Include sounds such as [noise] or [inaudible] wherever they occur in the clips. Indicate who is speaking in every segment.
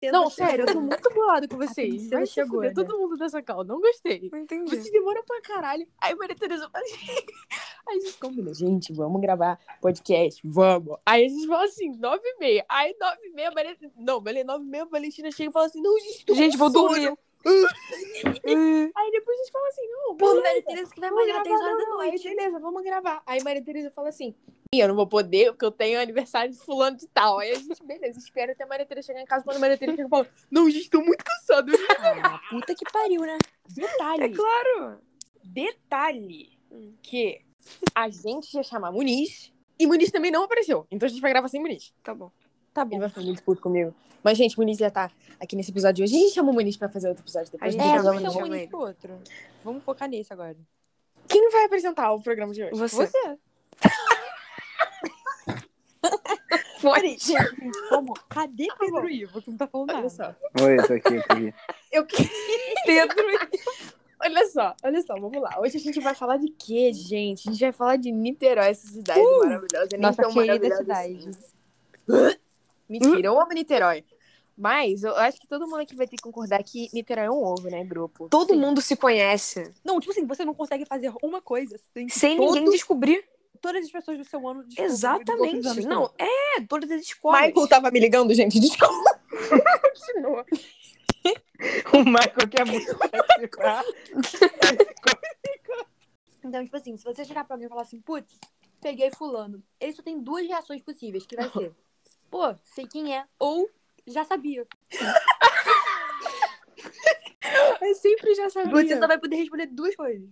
Speaker 1: certeza.
Speaker 2: Não,
Speaker 1: chegou.
Speaker 2: sério,
Speaker 1: [laughs]
Speaker 2: eu tô muito bolada [laughs] com vocês.
Speaker 1: princesa
Speaker 2: Vai se
Speaker 1: chegou,
Speaker 2: fuder,
Speaker 1: né?
Speaker 2: todo mundo dessa cal. Não gostei.
Speaker 3: Não entendi.
Speaker 2: Vocês demoram pra caralho. Aí Maria [laughs] Tereza fala assim. Aí a gente combina, gente, vamos gravar podcast, vamos. Aí a gente fala assim, nove e meia. Aí nove e meia, Maria... Não, Maria, nove e meia, a Valentina chega e fala assim, não, gente, tô
Speaker 3: Gente,
Speaker 2: com
Speaker 3: vou
Speaker 2: sono.
Speaker 3: dormir.
Speaker 2: [laughs] Aí depois a gente fala assim, não,
Speaker 1: Pô,
Speaker 2: beleza,
Speaker 1: Maria Tereza que vai
Speaker 2: vamos
Speaker 1: malhar
Speaker 2: gravar,
Speaker 1: 10 horas da
Speaker 2: não, não. Aí,
Speaker 1: noite.
Speaker 2: beleza, vamos gravar. Aí Maria Tereza fala assim, "Ih, eu não vou poder, porque eu tenho aniversário de fulano de tal. Aí a gente, beleza, espera até a Maria Tereza chegar em casa. Quando a Maria Tereza chega e fala, não, gente, tô muito cansado.
Speaker 1: Ah, puta que pariu, né?
Speaker 2: Detalhe.
Speaker 3: É claro.
Speaker 2: Detalhe
Speaker 3: Hum.
Speaker 2: que a gente ia chamar Muniz e Muniz também não apareceu. Então a gente vai gravar sem Muniz.
Speaker 3: Tá bom.
Speaker 2: Tá bom. Ele vai ficar muito puto comigo. Mas, gente, Muniz ia estar aqui nesse episódio de hoje. A gente chama o Muniz pra fazer outro episódio
Speaker 3: A
Speaker 2: depois.
Speaker 3: gente
Speaker 2: né?
Speaker 1: É,
Speaker 3: já vai
Speaker 1: vamos chamar
Speaker 3: chamar
Speaker 1: ele.
Speaker 3: ele pro outro. Vamos focar nisso agora.
Speaker 2: Quem vai apresentar o programa de hoje?
Speaker 3: Você.
Speaker 2: [laughs] Fone.
Speaker 3: Como? Cadê Pedro
Speaker 2: bom.
Speaker 3: Ivo? Que não tá falando
Speaker 2: Olha
Speaker 3: nada.
Speaker 2: só.
Speaker 4: Oi, tô aqui, tô aqui.
Speaker 2: Eu que-
Speaker 3: Pedro Ivo.
Speaker 2: Olha só, olha só, vamos lá. Hoje a gente vai falar de quê, gente? A gente vai falar de Niterói, essa cidade maravilhosa. Nem
Speaker 3: Nossa
Speaker 2: tão
Speaker 3: querida
Speaker 2: maravilhosa
Speaker 3: cidade.
Speaker 2: assim. [laughs] Mentira, eu amo Niterói. Mas eu acho que todo mundo aqui vai ter que concordar que Niterói é um ovo, né, grupo?
Speaker 3: [laughs] Todo mundo se conhece.
Speaker 1: Não, tipo assim, você não consegue fazer uma coisa sem,
Speaker 3: Sem
Speaker 1: todo-
Speaker 3: ninguém descobrir.
Speaker 1: todas as pessoas do seu ano. descobrirem dos outros anos
Speaker 3: Exatamente.
Speaker 1: também.
Speaker 3: Não, é. Todas as escolas.
Speaker 2: Michael tava me ligando, gente, [laughs] desculpa. Continua.
Speaker 4: O Michael quer muito participar.
Speaker 1: Então, tipo assim, se você chegar pra alguém e falar assim, putz, peguei fulano, ele só tem duas reações possíveis, que vai ser, pô, sei quem é, ou já sabia.
Speaker 2: Eu sempre já sabia.
Speaker 1: Você só vai poder responder duas coisas.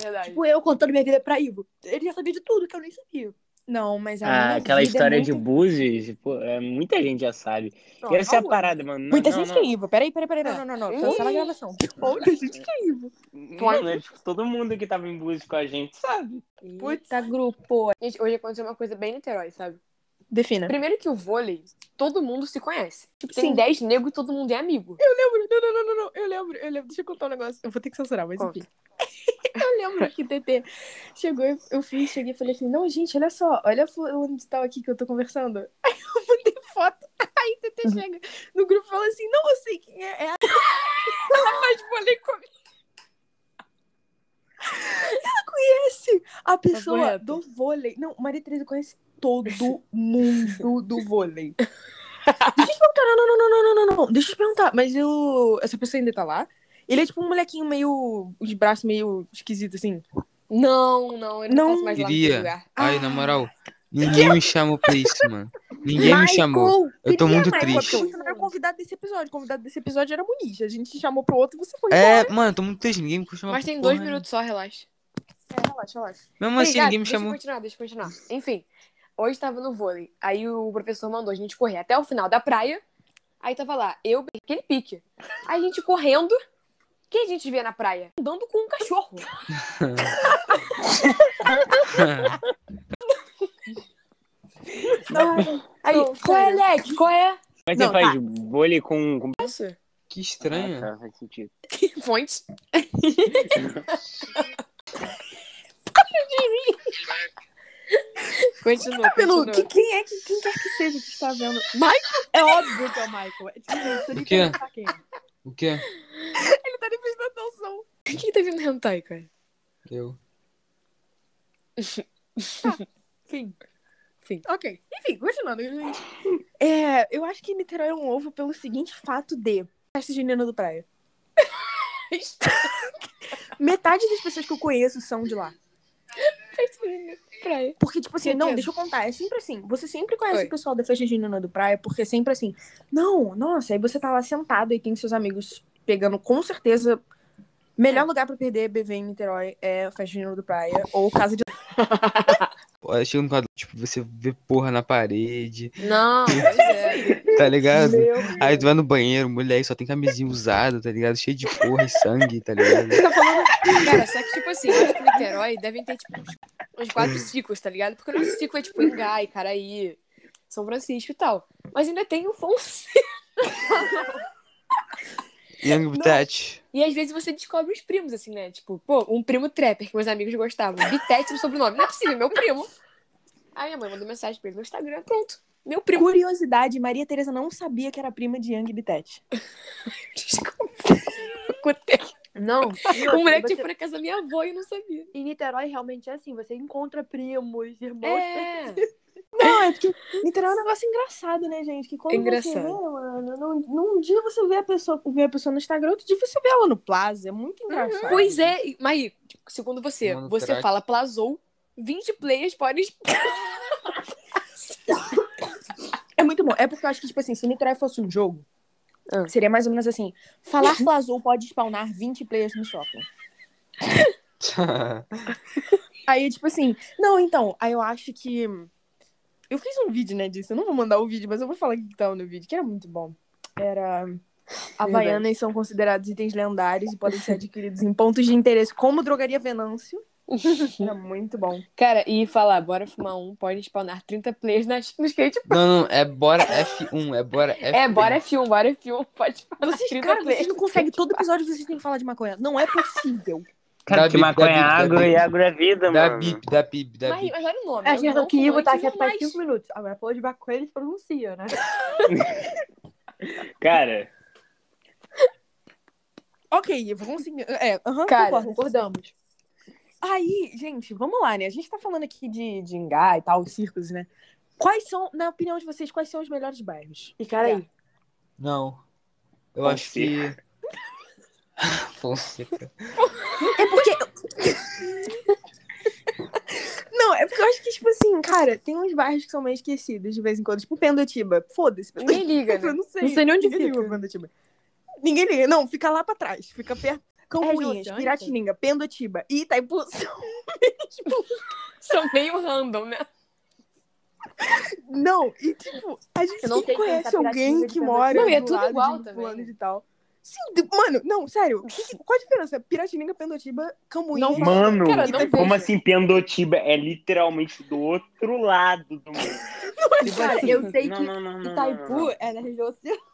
Speaker 2: Verdade.
Speaker 1: Tipo, eu contando minha vida pra Ivo. Ele já sabia de tudo que eu nem sabia.
Speaker 2: Não, mas a
Speaker 4: Ah,
Speaker 2: minha
Speaker 4: aquela
Speaker 2: vida é
Speaker 4: história de
Speaker 2: muito...
Speaker 4: Búzios, pô, é, muita gente já sabe.
Speaker 1: Não,
Speaker 4: E essa é a
Speaker 1: calma.
Speaker 4: parada, mano. Não,
Speaker 2: Muita
Speaker 4: não,
Speaker 2: gente
Speaker 4: não.
Speaker 2: que é Ivo. Peraí, peraí, peraí. Não, não, não. não. Cancela a gravação. Muita gente que é Ivo.
Speaker 4: Mano, é, tipo, todo mundo que tava em Búzios com a gente sabe.
Speaker 2: Puta grupo.
Speaker 3: Gente, hoje aconteceu uma coisa bem Niterói, sabe?
Speaker 2: Defina.
Speaker 3: Primeiro que o vôlei, todo mundo se conhece. Tipo,
Speaker 2: Sim.
Speaker 3: tem 10 negros e todo mundo é amigo.
Speaker 2: lembro, não, não, não, não, não, eu lembro, eu lembro, deixa eu contar um negócio, eu vou ter que censurar, mas
Speaker 3: Conta.
Speaker 2: enfim. [laughs] Eu lembro que TT chegou, eu, eu fiz, cheguei e falei assim, não, gente, olha só, olha fulano de tal aqui que eu tô conversando. [laughs] Aí eu mandei foto, aí
Speaker 3: Uhum.
Speaker 2: TT chega no grupo e fala assim, não, eu sei quem é, é a... [laughs] Ela faz vôlei comigo. Ela conhece a pessoa
Speaker 3: Tá correto.
Speaker 2: do vôlei. Não, Maria Teresa conhece todo mundo do vôlei. Não, não, não, não, não, não, não. Deixa eu te perguntar. Mas eu... essa pessoa ainda tá lá? Ele é tipo um molequinho meio. os braços meio esquisitos, assim.
Speaker 3: Não, não, eu não,
Speaker 2: Não.
Speaker 3: faço mais lá naquele
Speaker 5: Queria.
Speaker 3: lugar.
Speaker 5: Ai, na moral, ninguém me chamou pra isso, mano. Ninguém me chamou. Eu tô muito triste.
Speaker 2: Você não era convidado desse episódio. O convidado desse episódio era Muniz. A gente chamou pro outro e você foi.
Speaker 5: É, mano, tô muito triste, ninguém me chamou.
Speaker 3: Mas tem dois minutos só, relaxa.
Speaker 2: É, relaxa, relaxa.
Speaker 5: Mesmo
Speaker 3: Mas
Speaker 5: assim, ninguém me
Speaker 3: deixa eu
Speaker 5: chamou.
Speaker 3: continuar, deixa eu continuar. Enfim, hoje tava no vôlei. Aí o professor mandou a gente correr até o final da praia. Aí tava lá, eu, aquele pique. Aí a gente correndo. Quem a gente vê na praia? Andando com um cachorro. Aí,
Speaker 2: Não,
Speaker 3: qual é,
Speaker 2: sério.
Speaker 3: Alex? Qual é?
Speaker 4: Mas
Speaker 2: Não,
Speaker 4: você faz vôlei com. com...
Speaker 3: Isso.
Speaker 5: [laughs] que estranho.
Speaker 4: Ah, tá, faz sentido.
Speaker 3: Fontes. Continua,
Speaker 2: Pelo,
Speaker 3: continua.
Speaker 2: que- quem é que quem quer que seja que está vendo?
Speaker 1: É óbvio que é o Michael. É tipo, isso, ele
Speaker 5: O quê?
Speaker 1: tem que quem.
Speaker 5: O quê?
Speaker 2: Ele tá nem prestando atenção.
Speaker 3: Quem que tá vindo hentai, cara?
Speaker 5: Eu.
Speaker 1: Sim.
Speaker 2: Ok. Enfim, continuando, gente. É, eu acho que Niterói é um ovo pelo seguinte fato de. Festa junina do [laughs] praia. Metade das pessoas que eu conheço são de lá.
Speaker 3: Praia.
Speaker 2: Porque, tipo assim, não,
Speaker 3: Certeza.
Speaker 2: deixa eu contar. É sempre assim. Você sempre conhece
Speaker 3: Oi.
Speaker 2: o pessoal da festa junina do praia, porque é sempre assim. Não, nossa, aí você tá lá sentado e tem seus amigos pegando com certeza. Melhor lugar pra perder BV em Niterói é a festa junina do praia ou casa de.
Speaker 5: Pô, Chega um quadro, tipo, você vê porra na parede,
Speaker 3: Não, mas é.
Speaker 5: tá ligado? Aí tu vai no banheiro, mulher, só tem camisinha usada, tá ligado? Cheio de porra e sangue, tá ligado?
Speaker 3: Cara, só que, tipo assim, eu acho que Niterói devem ter, tipo, uns- uns quatro ciclos, tá ligado? Porque o nosso ciclo é, tipo, Engai, Caraí, São Francisco e tal. Mas ainda tem um o Fonseca.
Speaker 5: Young Bitach.
Speaker 3: E às vezes você descobre os primos, assim, né? Tipo, pô, um primo trapper que meus amigos [laughs] gostavam. Bitete no sobrenome. Não é possível, meu primo. Aí minha mãe mandou mensagem pra ele no Instagram, pronto. Meu primo.
Speaker 2: Curiosidade, Maria Tereza não sabia que era prima de Yang Bittet.
Speaker 3: Desculpa. Aconteceu.
Speaker 1: Não.
Speaker 3: O Um moleque
Speaker 1: você-
Speaker 3: foi na casa da minha avó e eu não sabia.
Speaker 1: Em Niterói, realmente é assim. Você encontra primos, irmãos.
Speaker 3: É.
Speaker 2: Não, é porque Niterói é um negócio engraçado, né, gente? Que quando
Speaker 3: É engraçado.
Speaker 2: você vê, mano, num, num dia você vê a pessoa, vê a pessoa no Instagram, outro dia você vê ela no Plaza. É muito engraçado.
Speaker 3: Pois é, e- mas segundo você,
Speaker 5: Mano,
Speaker 3: você
Speaker 5: craque.
Speaker 3: fala plazou, 20 players podem.
Speaker 2: É muito bom. É porque eu acho que, tipo assim, se Niterói fosse um jogo,
Speaker 3: Ah.
Speaker 2: seria mais ou menos assim: falar Plazou pode spawnar 20 players no shopping. Aí, tipo assim, não, então, aí eu acho que. Eu fiz um vídeo, né, disso. Eu não vou mandar o vídeo, mas eu vou falar o que que tava no vídeo, que era muito bom. Era. Havaianas são considerados itens lendários e podem ser adquiridos em pontos de interesse, como drogaria Venâncio. Era muito bom.
Speaker 3: Cara, e falar, bora fumar um, pode spawnar 30 players na, no skate.
Speaker 5: [laughs] Não, não, é bora F1, é bora F1.
Speaker 3: É, bora F1, bora F1, pode spawnar
Speaker 2: Vocês,
Speaker 3: 30
Speaker 2: cara,
Speaker 3: players.
Speaker 2: vocês não conseguem. Todo episódio vocês têm que falar de maconha. Não é possível.
Speaker 4: Cara, que
Speaker 5: Davi,
Speaker 4: maconha é
Speaker 5: Davi,
Speaker 4: agro
Speaker 5: Davi.
Speaker 4: e agro é vida,
Speaker 5: Da
Speaker 4: mano.
Speaker 5: bip, da bip, da
Speaker 3: um, Mas,
Speaker 5: bip.
Speaker 3: mas olha o nome.
Speaker 1: A
Speaker 3: eu
Speaker 1: gente
Speaker 3: não
Speaker 1: não que Ivo tá
Speaker 3: fumante,
Speaker 1: aqui faz
Speaker 3: mas-
Speaker 1: 5 minutos. Agora falou de maconha, eles pronunciam, né?
Speaker 4: Cara,
Speaker 2: Ok, Ivo, vamos seguir. É, aham,
Speaker 3: Cara,
Speaker 2: concordo.
Speaker 1: Concordamos.
Speaker 2: Aí, gente, vamos lá, né? A gente tá falando aqui de, de Engá e tal, os circos, né? Quais são, na opinião de vocês, quais são os melhores bairros?
Speaker 1: E cara aí,
Speaker 5: Não. Eu
Speaker 4: Fonseca.
Speaker 5: acho que. [laughs] Fonseca.
Speaker 2: É porque. Não, é porque eu acho que, tipo assim, cara, tem uns bairros que são meio esquecidos de vez em quando, tipo Pendotiba. Foda-se.
Speaker 3: Ninguém liga, né?
Speaker 2: [laughs] Eu não sei.
Speaker 1: Não sei nem onde
Speaker 2: Ninguém
Speaker 1: fica.
Speaker 2: liga pra Pendotiba. Ninguém liga. Não, fica lá pra trás. Fica perto. Cambuinhas,
Speaker 1: Oceânica?
Speaker 2: Piratininga, Pendotiba e Itaipu [laughs] são
Speaker 3: São meio random, né?
Speaker 2: Não, e tipo, a gente
Speaker 1: Eu não
Speaker 2: sempre
Speaker 1: sei quem tá
Speaker 2: conhece alguém
Speaker 1: piratando de
Speaker 2: que
Speaker 1: Pernambuco.
Speaker 2: mora
Speaker 3: Não, e é
Speaker 2: do
Speaker 3: tudo
Speaker 2: lado
Speaker 3: igual
Speaker 2: de
Speaker 3: também.
Speaker 2: fulano de tal. Sim, de- mano, não, sério. o que que- qual a diferença? Piratininga, Pendotiba, Cambuinha.
Speaker 3: Não,
Speaker 4: mano,
Speaker 3: Cara, não
Speaker 4: como
Speaker 3: vejo.
Speaker 4: assim Pendotiba é literalmente do outro lado do mundo?
Speaker 1: Cara, eu sei
Speaker 4: Não,
Speaker 1: que
Speaker 4: não, não, não, não, não,
Speaker 1: Itaipu é na região oceânica.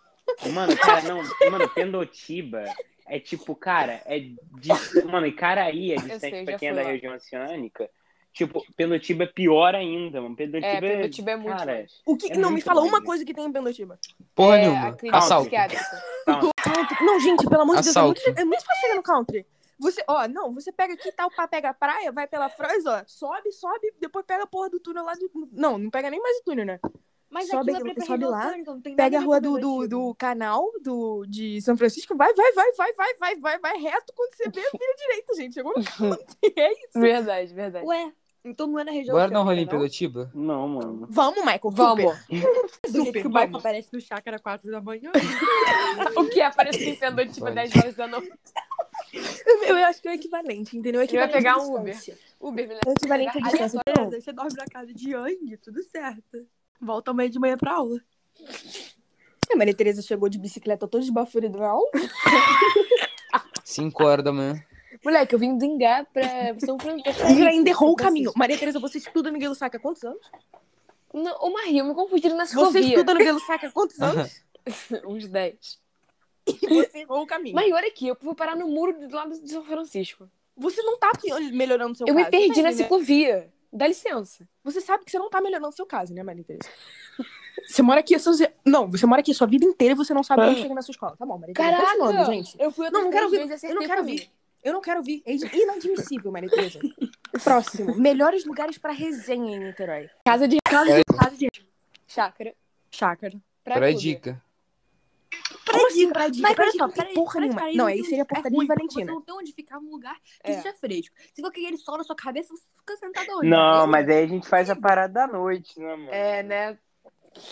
Speaker 4: não. Mano, cara, não. Mano, Pendotiba é tipo, cara, é distante. Mano, e Caraí é distante
Speaker 3: sei, já
Speaker 4: pra quem é
Speaker 3: fui
Speaker 4: da
Speaker 3: lá.
Speaker 4: região oceânica. Tipo, Pendotiba é pior ainda, mano. Pendotiba
Speaker 3: É,
Speaker 4: é.
Speaker 3: Pendotiba é muito.
Speaker 4: Cara,
Speaker 3: longe.
Speaker 2: O que,
Speaker 4: É
Speaker 2: não, me
Speaker 4: muito
Speaker 2: fala
Speaker 4: longe.
Speaker 2: uma coisa que tem em Pendotiba.
Speaker 5: Porra
Speaker 3: É, a
Speaker 5: nenhuma.
Speaker 3: clínica
Speaker 5: Assalto.
Speaker 3: psiquiátrica.
Speaker 2: Assalto. Não, gente, pelo amor de Deus, é muito,
Speaker 5: Assalto.
Speaker 2: é muito fácil chegar no country. Você, ó, não, você pega aqui, tal, pá, pega a praia, vai pela Frois, ó, sobe, sobe, depois pega a porra do túnel lá do. Não, não pega nem mais o túnel, né?
Speaker 1: Mas
Speaker 2: Sobe
Speaker 1: aquilo é
Speaker 2: aqui,
Speaker 1: pra
Speaker 2: sobe
Speaker 1: região
Speaker 2: lá,
Speaker 1: oceânica, não tem nada
Speaker 2: Pega a
Speaker 1: ver
Speaker 2: rua
Speaker 1: com
Speaker 2: do, do,
Speaker 1: Pendotiba.
Speaker 2: do canal do, de São Francisco, vai, vai, vai, vai, vai, vai, vai, vai reto, quando você vê, vira
Speaker 3: [laughs]
Speaker 2: direito, gente. Chegou no country, é isso.
Speaker 3: Verdade, verdade.
Speaker 1: Ué, então não é na região
Speaker 5: Bora dar um rolê em
Speaker 1: oceânica, não?
Speaker 5: Pedotiba?
Speaker 4: não, mano.
Speaker 2: Vamos, Michael,
Speaker 3: Vamos.
Speaker 4: é
Speaker 1: Do jeito que o Michael
Speaker 2: vamos.
Speaker 1: aparece no chácara 4 da manhã.
Speaker 3: O que aparece em Pendotiba
Speaker 5: Pode.
Speaker 3: 10 horas da noite?
Speaker 2: Eu, [laughs] eu acho que é o equivalente, entendeu? É
Speaker 3: Eu ia
Speaker 2: equivalente
Speaker 3: pegar
Speaker 2: à
Speaker 3: um Uber.
Speaker 2: distância.
Speaker 3: Uber, me
Speaker 2: É o equivalente à
Speaker 3: Aliás,
Speaker 2: distância.
Speaker 1: Beleza, você dorme na casa de Yang, tudo certo. Volta amanhã de manhã pra aula.
Speaker 2: A Maria Tereza chegou de bicicleta toda esbafurida na aula.
Speaker 5: 5 horas da manhã.
Speaker 3: Moleque, eu vim do Ingá pra é um São Francisco.
Speaker 2: E ainda errou o caminho. Maria Tereza, você estuda no Guilo Saca há quantos anos?
Speaker 3: Não, Ô, Maria, eu me confundi na
Speaker 2: Você
Speaker 3: ciclovia.
Speaker 2: estuda no Guilo Saca há quantos anos?
Speaker 3: Uns 10.
Speaker 2: E você errou o caminho.
Speaker 3: Mas olha aqui, eu vou parar no muro do lado de São Francisco.
Speaker 2: você não tá pi- melhorando seu
Speaker 3: Eu
Speaker 2: caso.
Speaker 3: me perdi na
Speaker 2: entende, né?
Speaker 3: ciclovia. Dá licença.
Speaker 2: Você sabe que você não tá melhorando seu caso, né, Maria Tereza? [laughs] Você mora aqui a sua... Não, você mora aqui a sua vida inteira e você não sabe como chegar na sua escola. Tá bom, Maria Tereza.
Speaker 3: Caraca!
Speaker 2: continuando, gente.
Speaker 3: Eu fui
Speaker 2: Não, não quero ouvir.
Speaker 3: ver.
Speaker 2: Eu não quero ouvir. Eu não quero ouvir. É inadmissível, Maria [laughs] Tereza. Próximo. Melhores lugares pra resenha em Niterói.
Speaker 3: Casa de
Speaker 1: Casa
Speaker 2: É.
Speaker 1: de casa de
Speaker 3: chácara.
Speaker 2: Chácara.
Speaker 3: Pra,
Speaker 5: [laughs] Pra
Speaker 3: tudo.
Speaker 5: dica.
Speaker 2: Como assim pra dica?
Speaker 1: Mas
Speaker 2: Pera
Speaker 1: peraí,
Speaker 2: só,
Speaker 1: peraí,
Speaker 2: peraí, porra
Speaker 1: peraí,
Speaker 2: nenhuma.
Speaker 1: peraí,
Speaker 2: Não, é
Speaker 1: não
Speaker 2: aí
Speaker 1: tem-
Speaker 2: seria portaria
Speaker 1: ruim,
Speaker 2: de
Speaker 1: porque Você
Speaker 2: Valentina.
Speaker 1: não tem onde ficar num lugar que
Speaker 3: É.
Speaker 1: seja fresco. Se for aquele sol na sua cabeça, você fica sentado onde?
Speaker 4: Não, mas aí a gente faz a parada à noite, né, mano?
Speaker 3: É, né?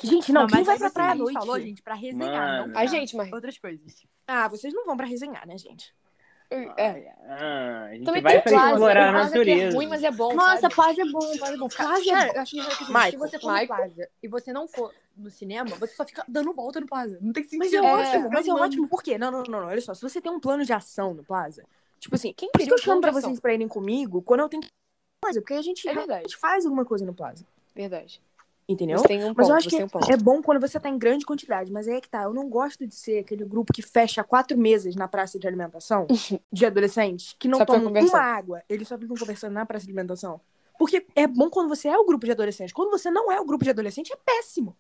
Speaker 2: Gente, não, quem
Speaker 1: mas
Speaker 2: vai
Speaker 1: aí
Speaker 2: pra
Speaker 1: você-
Speaker 2: praia à
Speaker 1: a gente
Speaker 2: noite?
Speaker 1: falou, gente, pra resenhar,
Speaker 4: Mano.
Speaker 1: não
Speaker 3: A
Speaker 1: pra
Speaker 3: gente, é, Maria.
Speaker 1: outras coisas.
Speaker 2: Ah, vocês não vão pra resenhar, né, gente?
Speaker 3: É.
Speaker 4: Ah, a gente
Speaker 3: Também
Speaker 4: vai
Speaker 3: tem
Speaker 4: pra
Speaker 3: plaza.
Speaker 4: explorar a
Speaker 3: Plaza que é
Speaker 4: natureza.
Speaker 3: ruim, mas é bom.
Speaker 1: Nossa,
Speaker 3: sabe? Tipo,
Speaker 1: Plaza é bom, Plaza é bom. Plaza é bom. se
Speaker 2: Michael,
Speaker 1: você for
Speaker 3: Michael.
Speaker 1: no Plaza e você não for no cinema, você só fica dando volta no Plaza. Não tem
Speaker 2: Mas
Speaker 1: sentido.
Speaker 2: é,
Speaker 3: É,
Speaker 2: ótimo, mas é
Speaker 1: amando.
Speaker 2: ótimo. Por quê? Não, não, não, não. Olha só, se você tem um plano de ação no Plaza, tipo assim,
Speaker 3: Quem
Speaker 2: por isso
Speaker 3: queria
Speaker 2: que eu chamo
Speaker 3: um plano
Speaker 2: pra
Speaker 3: de ação?
Speaker 2: vocês pra irem comigo quando eu tenho que Plaza, porque a gente,
Speaker 3: É
Speaker 2: a
Speaker 3: verdade.
Speaker 2: gente faz alguma coisa no Plaza,
Speaker 3: Verdade.
Speaker 2: entendeu?
Speaker 3: Você tem um ponto.
Speaker 2: Mas eu acho
Speaker 3: você
Speaker 2: que
Speaker 3: tem um ponto.
Speaker 2: é bom quando você tá em grande quantidade, mas aí é que tá. Eu não gosto de ser aquele grupo que fecha quatro mesas na praça de
Speaker 3: [laughs]
Speaker 2: alimentação de adolescentes que não
Speaker 3: Só pra
Speaker 2: tomam
Speaker 3: conversar.
Speaker 2: uma água. Eles só ficam conversando na praça de alimentação. Porque é bom quando você é o grupo de adolescentes. Quando você não é o grupo de adolescente, é péssimo.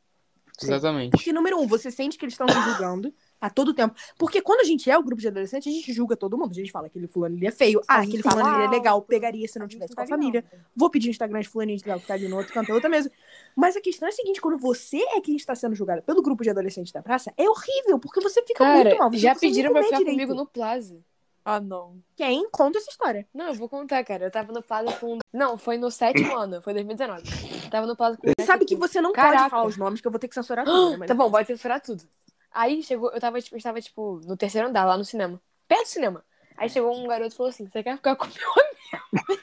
Speaker 5: Exatamente. [laughs]
Speaker 2: Porque, número um, você sente que eles estão te julgando a todo tempo. Porque quando a gente é o grupo de adolescente, a gente julga todo mundo. A gente fala, aquele fulano ali é feio. Ah, aquele
Speaker 1: fala
Speaker 2: fulano ali é
Speaker 1: alto.
Speaker 2: legal. Pegaria se não
Speaker 3: é
Speaker 2: tivesse com a família. Vou pedir Instagram de fulaninho de tal, que tá ali no outro canto, é outra mesa. Mas a questão é a seguinte, quando você é quem está sendo julgada pelo grupo de adolescentes da praça, é horrível, porque você fica muito
Speaker 3: Cara,
Speaker 2: mal. Você
Speaker 3: já
Speaker 2: não consegue
Speaker 3: pediram
Speaker 2: nem
Speaker 3: pra ficar
Speaker 2: comer direito.
Speaker 3: comigo no Plaza.
Speaker 1: Ah, não.
Speaker 2: Quem conta essa história?
Speaker 3: Não, eu vou contar, cara. Eu tava no Plaza com. um- Não, foi no sétimo ano, foi 2019. Eu tava no Plaza com. um
Speaker 2: Sabe que você não
Speaker 3: Caraca.
Speaker 2: pode falar os nomes, que eu vou ter que censurar tudo, né? mas-
Speaker 3: Tá bom, pode censurar tudo. Aí chegou, eu tava, tipo, eu tava, tipo, no terceiro andar, lá no cinema. Perto do cinema. Aí chegou um garoto e falou assim: Você quer ficar com meu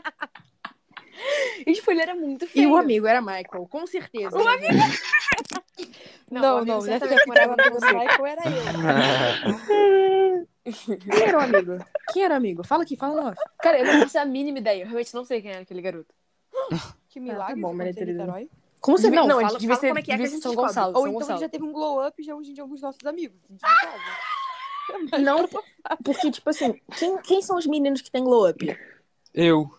Speaker 3: amigo? e, tipo, ele era muito
Speaker 2: E
Speaker 3: feio.
Speaker 2: o amigo era Michael, com certeza. O amigo
Speaker 3: Não,
Speaker 1: Não,
Speaker 3: o amigo
Speaker 1: não, nessa
Speaker 3: certamente morava com você.
Speaker 1: Michael era eu.
Speaker 2: Quem era o amigo? Quem era o amigo? Fala aqui, fala nós.
Speaker 3: Cara, eu não faço a mínima ideia. Eu realmente não sei quem era aquele garoto.
Speaker 1: Que milagre.
Speaker 2: bom,
Speaker 1: aconteceu
Speaker 2: Maria
Speaker 1: em
Speaker 2: Teresa.
Speaker 1: Niterói.
Speaker 2: Como você
Speaker 3: Devia-
Speaker 2: não,
Speaker 3: não,
Speaker 2: fala,
Speaker 3: a gente devia
Speaker 2: fala
Speaker 3: ser-
Speaker 2: como é que é que a
Speaker 3: devia
Speaker 2: gente
Speaker 3: ser São
Speaker 2: descobre.
Speaker 3: Gonçalo.
Speaker 1: Ou
Speaker 3: São
Speaker 1: então
Speaker 3: Gonçalo.
Speaker 1: ele já teve um glow up e já hoje em dia é um dos nossos amigos. A gente não sabe.
Speaker 2: Não, porque, tipo assim, quem, quem são os meninos que têm glow up?
Speaker 5: Eu.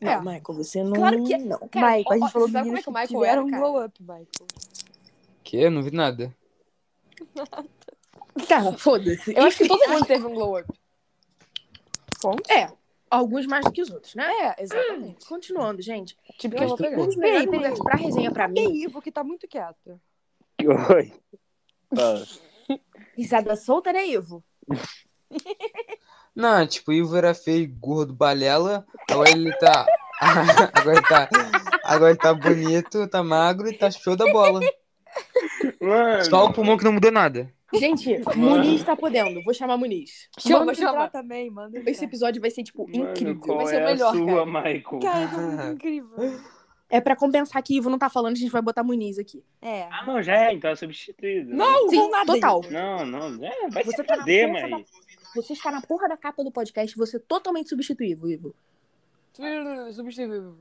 Speaker 2: Não,
Speaker 1: É.
Speaker 2: Michael, você não.
Speaker 1: Claro que é.
Speaker 2: Não.
Speaker 1: Cara,
Speaker 2: Michael, a
Speaker 1: ó,
Speaker 2: gente
Speaker 1: ó,
Speaker 2: falou
Speaker 1: sabe
Speaker 2: meninos
Speaker 3: como é que o Michael
Speaker 2: tiveram
Speaker 3: era,
Speaker 2: um
Speaker 3: cara?
Speaker 1: Glow up, Michael.
Speaker 5: Que? Não vi nada.
Speaker 2: glow- Cara, foda-se.
Speaker 3: Eu acho que todo mundo teve um glow up.
Speaker 2: É, alguns mais do que os outros, né?
Speaker 3: É, exatamente.
Speaker 2: Continuando, gente.
Speaker 3: Tipo, que eu
Speaker 2: Eu
Speaker 3: vou
Speaker 2: acho que
Speaker 3: pegar.
Speaker 2: um dos melhores lugares pra resenha pra mim.
Speaker 1: E Ivo, que tá muito quieto.
Speaker 3: é
Speaker 4: [laughs] Oi. Fala.
Speaker 2: Risada solta, né, Ivo?
Speaker 5: Não, tipo, o Ivo era feio, gordo, balela. Agora ele tá. [laughs] agora ele tá. Agora ele tá bonito, tá magro e tá show da bola.
Speaker 4: Mano.
Speaker 5: Só o pulmão que não mudou nada.
Speaker 3: [laughs]
Speaker 2: Gente, Muniz tá podendo. Vou chamar Muniz.
Speaker 3: Chama,
Speaker 1: Manda entrar
Speaker 3: chama.
Speaker 1: também, manda
Speaker 2: Esse
Speaker 1: entrar.
Speaker 2: episódio vai ser, tipo,
Speaker 4: Mano,
Speaker 2: incrível.
Speaker 4: qual
Speaker 3: vai ser
Speaker 4: é
Speaker 3: melhor,
Speaker 4: a sua, Michael?
Speaker 1: Cara, tá muito incrível.
Speaker 2: É pra compensar que Ivo não tá falando, a gente vai botar Muniz aqui.
Speaker 1: É.
Speaker 4: Ah, não, já é, então é substituído.
Speaker 1: Não,
Speaker 2: Sim,
Speaker 1: vão lá
Speaker 2: total.
Speaker 1: dentro.
Speaker 4: Não, não, é, vai
Speaker 2: Você
Speaker 4: se
Speaker 2: tá na
Speaker 4: fuder,
Speaker 2: força
Speaker 4: Maria.
Speaker 2: Você está na porra da capa do podcast, você é totalmente substituível, Ivo.
Speaker 3: é Substituível.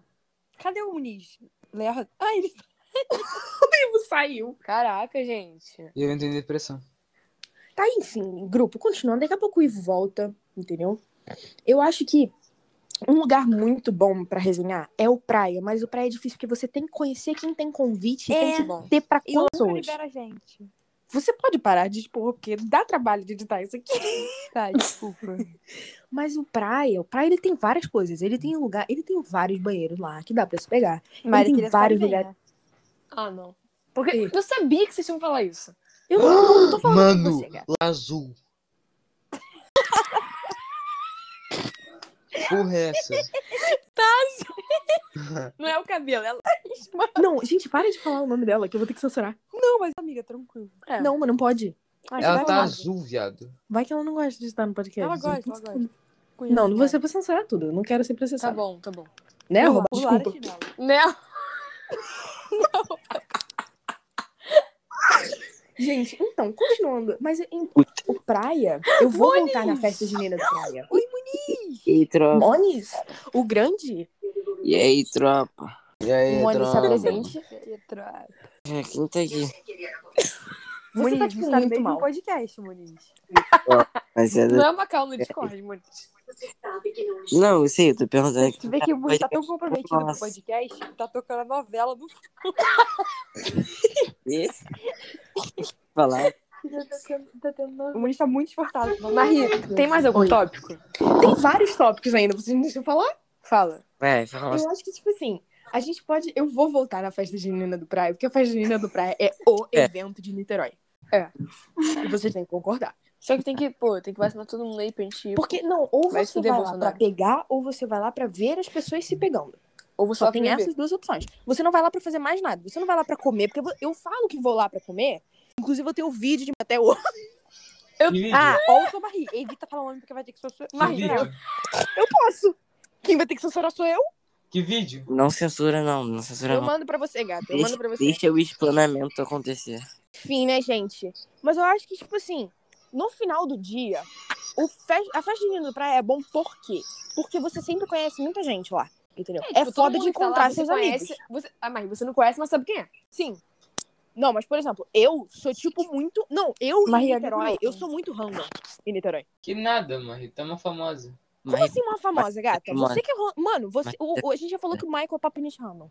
Speaker 1: Cadê o Muniz? Lerra. Ah, ele
Speaker 2: Ivo saiu.
Speaker 3: Caraca, gente.
Speaker 5: E eu entrei em depressão.
Speaker 2: Tá, enfim, grupo, continuando, daqui a pouco o Ivo volta, entendeu? Eu acho que um lugar muito bom pra resenhar é o praia, mas o praia é difícil porque você tem que conhecer quem tem convite e
Speaker 1: É.
Speaker 2: tem que ter pra
Speaker 1: e nunca
Speaker 2: pessoas.
Speaker 1: libera a gente.
Speaker 2: Você pode parar de expor, porque dá trabalho de editar isso aqui. [laughs]
Speaker 1: Tá, [laughs] desculpa.
Speaker 2: Mas o praia, o praia ele tem várias coisas. Ele tem um lugar, ele tem vários banheiros lá que dá pra se pegar.
Speaker 1: Maria
Speaker 2: tem
Speaker 1: Teresa
Speaker 2: vários
Speaker 1: sabe bem,
Speaker 2: lugares.
Speaker 1: né?
Speaker 3: Ah, não. Porque eu sabia que vocês iam falar isso.
Speaker 2: Eu não, não tô tá falando com
Speaker 5: Mano,
Speaker 2: você, gata.
Speaker 5: lá azul. Porra, é essa?
Speaker 3: Não é o cabelo, é
Speaker 2: Não, gente, para de falar o nome dela, que eu vou ter que censurar.
Speaker 1: Não, mas amiga, tranquilo.
Speaker 3: É.
Speaker 2: Não, mas não pode. Ai,
Speaker 5: Ela
Speaker 2: vai,
Speaker 5: tá
Speaker 2: falar.
Speaker 5: azul, viado.
Speaker 2: vai que ela não gosta de estar no podcast.
Speaker 1: Ela gosta, ela gosta. Conheço
Speaker 2: Não, não vou
Speaker 1: ela.
Speaker 2: ser pra censurar tudo. Eu não quero ser
Speaker 3: Tá
Speaker 2: processada.
Speaker 3: bom, tá bom.
Speaker 2: Né,
Speaker 1: Não,
Speaker 2: Arroba?
Speaker 1: pular a
Speaker 2: Desculpa.
Speaker 1: chinela.
Speaker 2: [laughs]
Speaker 3: Né?
Speaker 2: Gente, então, continuando. Mas em- o Praia, eu vou voltar na festa de Nina do Praia. Oi,
Speaker 6: E aí, tropa?
Speaker 2: Monis, o grande.
Speaker 6: E aí, tropa?
Speaker 5: E aí,
Speaker 2: Mônica, se
Speaker 5: droga?
Speaker 2: apresente.
Speaker 1: Entra.
Speaker 6: É, Quem tá aqui?
Speaker 2: Você tá, tipo,
Speaker 1: Muniz, você tá
Speaker 2: muito
Speaker 1: no meio de um
Speaker 2: mal.
Speaker 1: podcast, Muniz.
Speaker 6: Mas é
Speaker 3: Não
Speaker 6: da-
Speaker 3: é uma calma no Discord, mano.
Speaker 6: Não, eu sei, eu tô perguntando aqui.
Speaker 1: Você vê que o Muniz tá tão comprometido com o
Speaker 6: Nossa.
Speaker 1: podcast que tá tocando a novela no fundo.
Speaker 6: Esse? Falar.
Speaker 1: O Muniz tá muito esforçado.
Speaker 3: Marie, tem mais algum
Speaker 2: Oi.
Speaker 3: tópico?
Speaker 2: Tem vários tópicos ainda, vocês não deixam eu falar?
Speaker 3: Fala.
Speaker 6: Vai, É, fala.
Speaker 2: Eu acho que, tipo assim, a gente pode. Eu vou voltar na festa de Nina do Praia, porque a festa de Nina do Praia é o
Speaker 6: É.
Speaker 2: evento de Niterói.
Speaker 3: É.
Speaker 2: E vocês têm que concordar.
Speaker 3: Só que tem que, pô, tem que vacinar todo mundo aí pra gente ir.
Speaker 2: Porque, não, ou
Speaker 3: Vai se
Speaker 2: você
Speaker 3: fuder,
Speaker 2: vai lá
Speaker 3: Bolsonaro.
Speaker 2: pra pegar, ou você vai lá pra ver as pessoas se pegando.
Speaker 3: Ou você
Speaker 2: Só
Speaker 3: vai
Speaker 2: tem
Speaker 3: pra beber.
Speaker 2: essas duas opções. Você não vai lá pra fazer mais nada. Você não vai lá pra comer, porque eu vou- eu falo que vou lá pra comer. Inclusive, eu tenho um vídeo de até hoje.
Speaker 5: Que vídeo?
Speaker 1: Ah, ouça o Marie. Evita falar o nome porque vai ter que ser
Speaker 5: Que
Speaker 1: Marie,
Speaker 5: vídeo?
Speaker 1: não.
Speaker 2: Eu posso. Quem vai ter que censurar sou eu.
Speaker 5: Que vídeo?
Speaker 6: Não censura, não. Não censura,
Speaker 2: Eu
Speaker 6: não.
Speaker 2: mando pra você, gata. Eu
Speaker 6: Deixa,
Speaker 2: mando pra você.
Speaker 6: deixa o explanamento acontecer.
Speaker 2: Enfim, né, gente? Mas eu acho que, tipo assim, no final do dia, o fe- a festa de Nino do Praia é bom por quê? Porque você sempre conhece muita gente lá. Entendeu? É,
Speaker 3: todo
Speaker 2: foda
Speaker 3: mundo
Speaker 2: de
Speaker 3: que tá lá,
Speaker 2: encontrar
Speaker 3: você
Speaker 2: seus
Speaker 3: conhece,
Speaker 2: amigos.
Speaker 3: Você... Ah, mas você não conhece, mas sabe quem é.
Speaker 2: Sim. Não, mas, por exemplo, eu sou, tipo, muito. Não, eu em
Speaker 1: Maria,
Speaker 2: Niterói,
Speaker 1: amigo.
Speaker 2: eu sou muito random em Niterói.
Speaker 5: Que nada, mano. Tá uma famosa.
Speaker 2: Como assim uma famosa, gata?
Speaker 6: Mano.
Speaker 2: Você que é. ro- Mano, você...
Speaker 6: Mas-
Speaker 2: o, o- a gente já falou que o Michael é papinete random.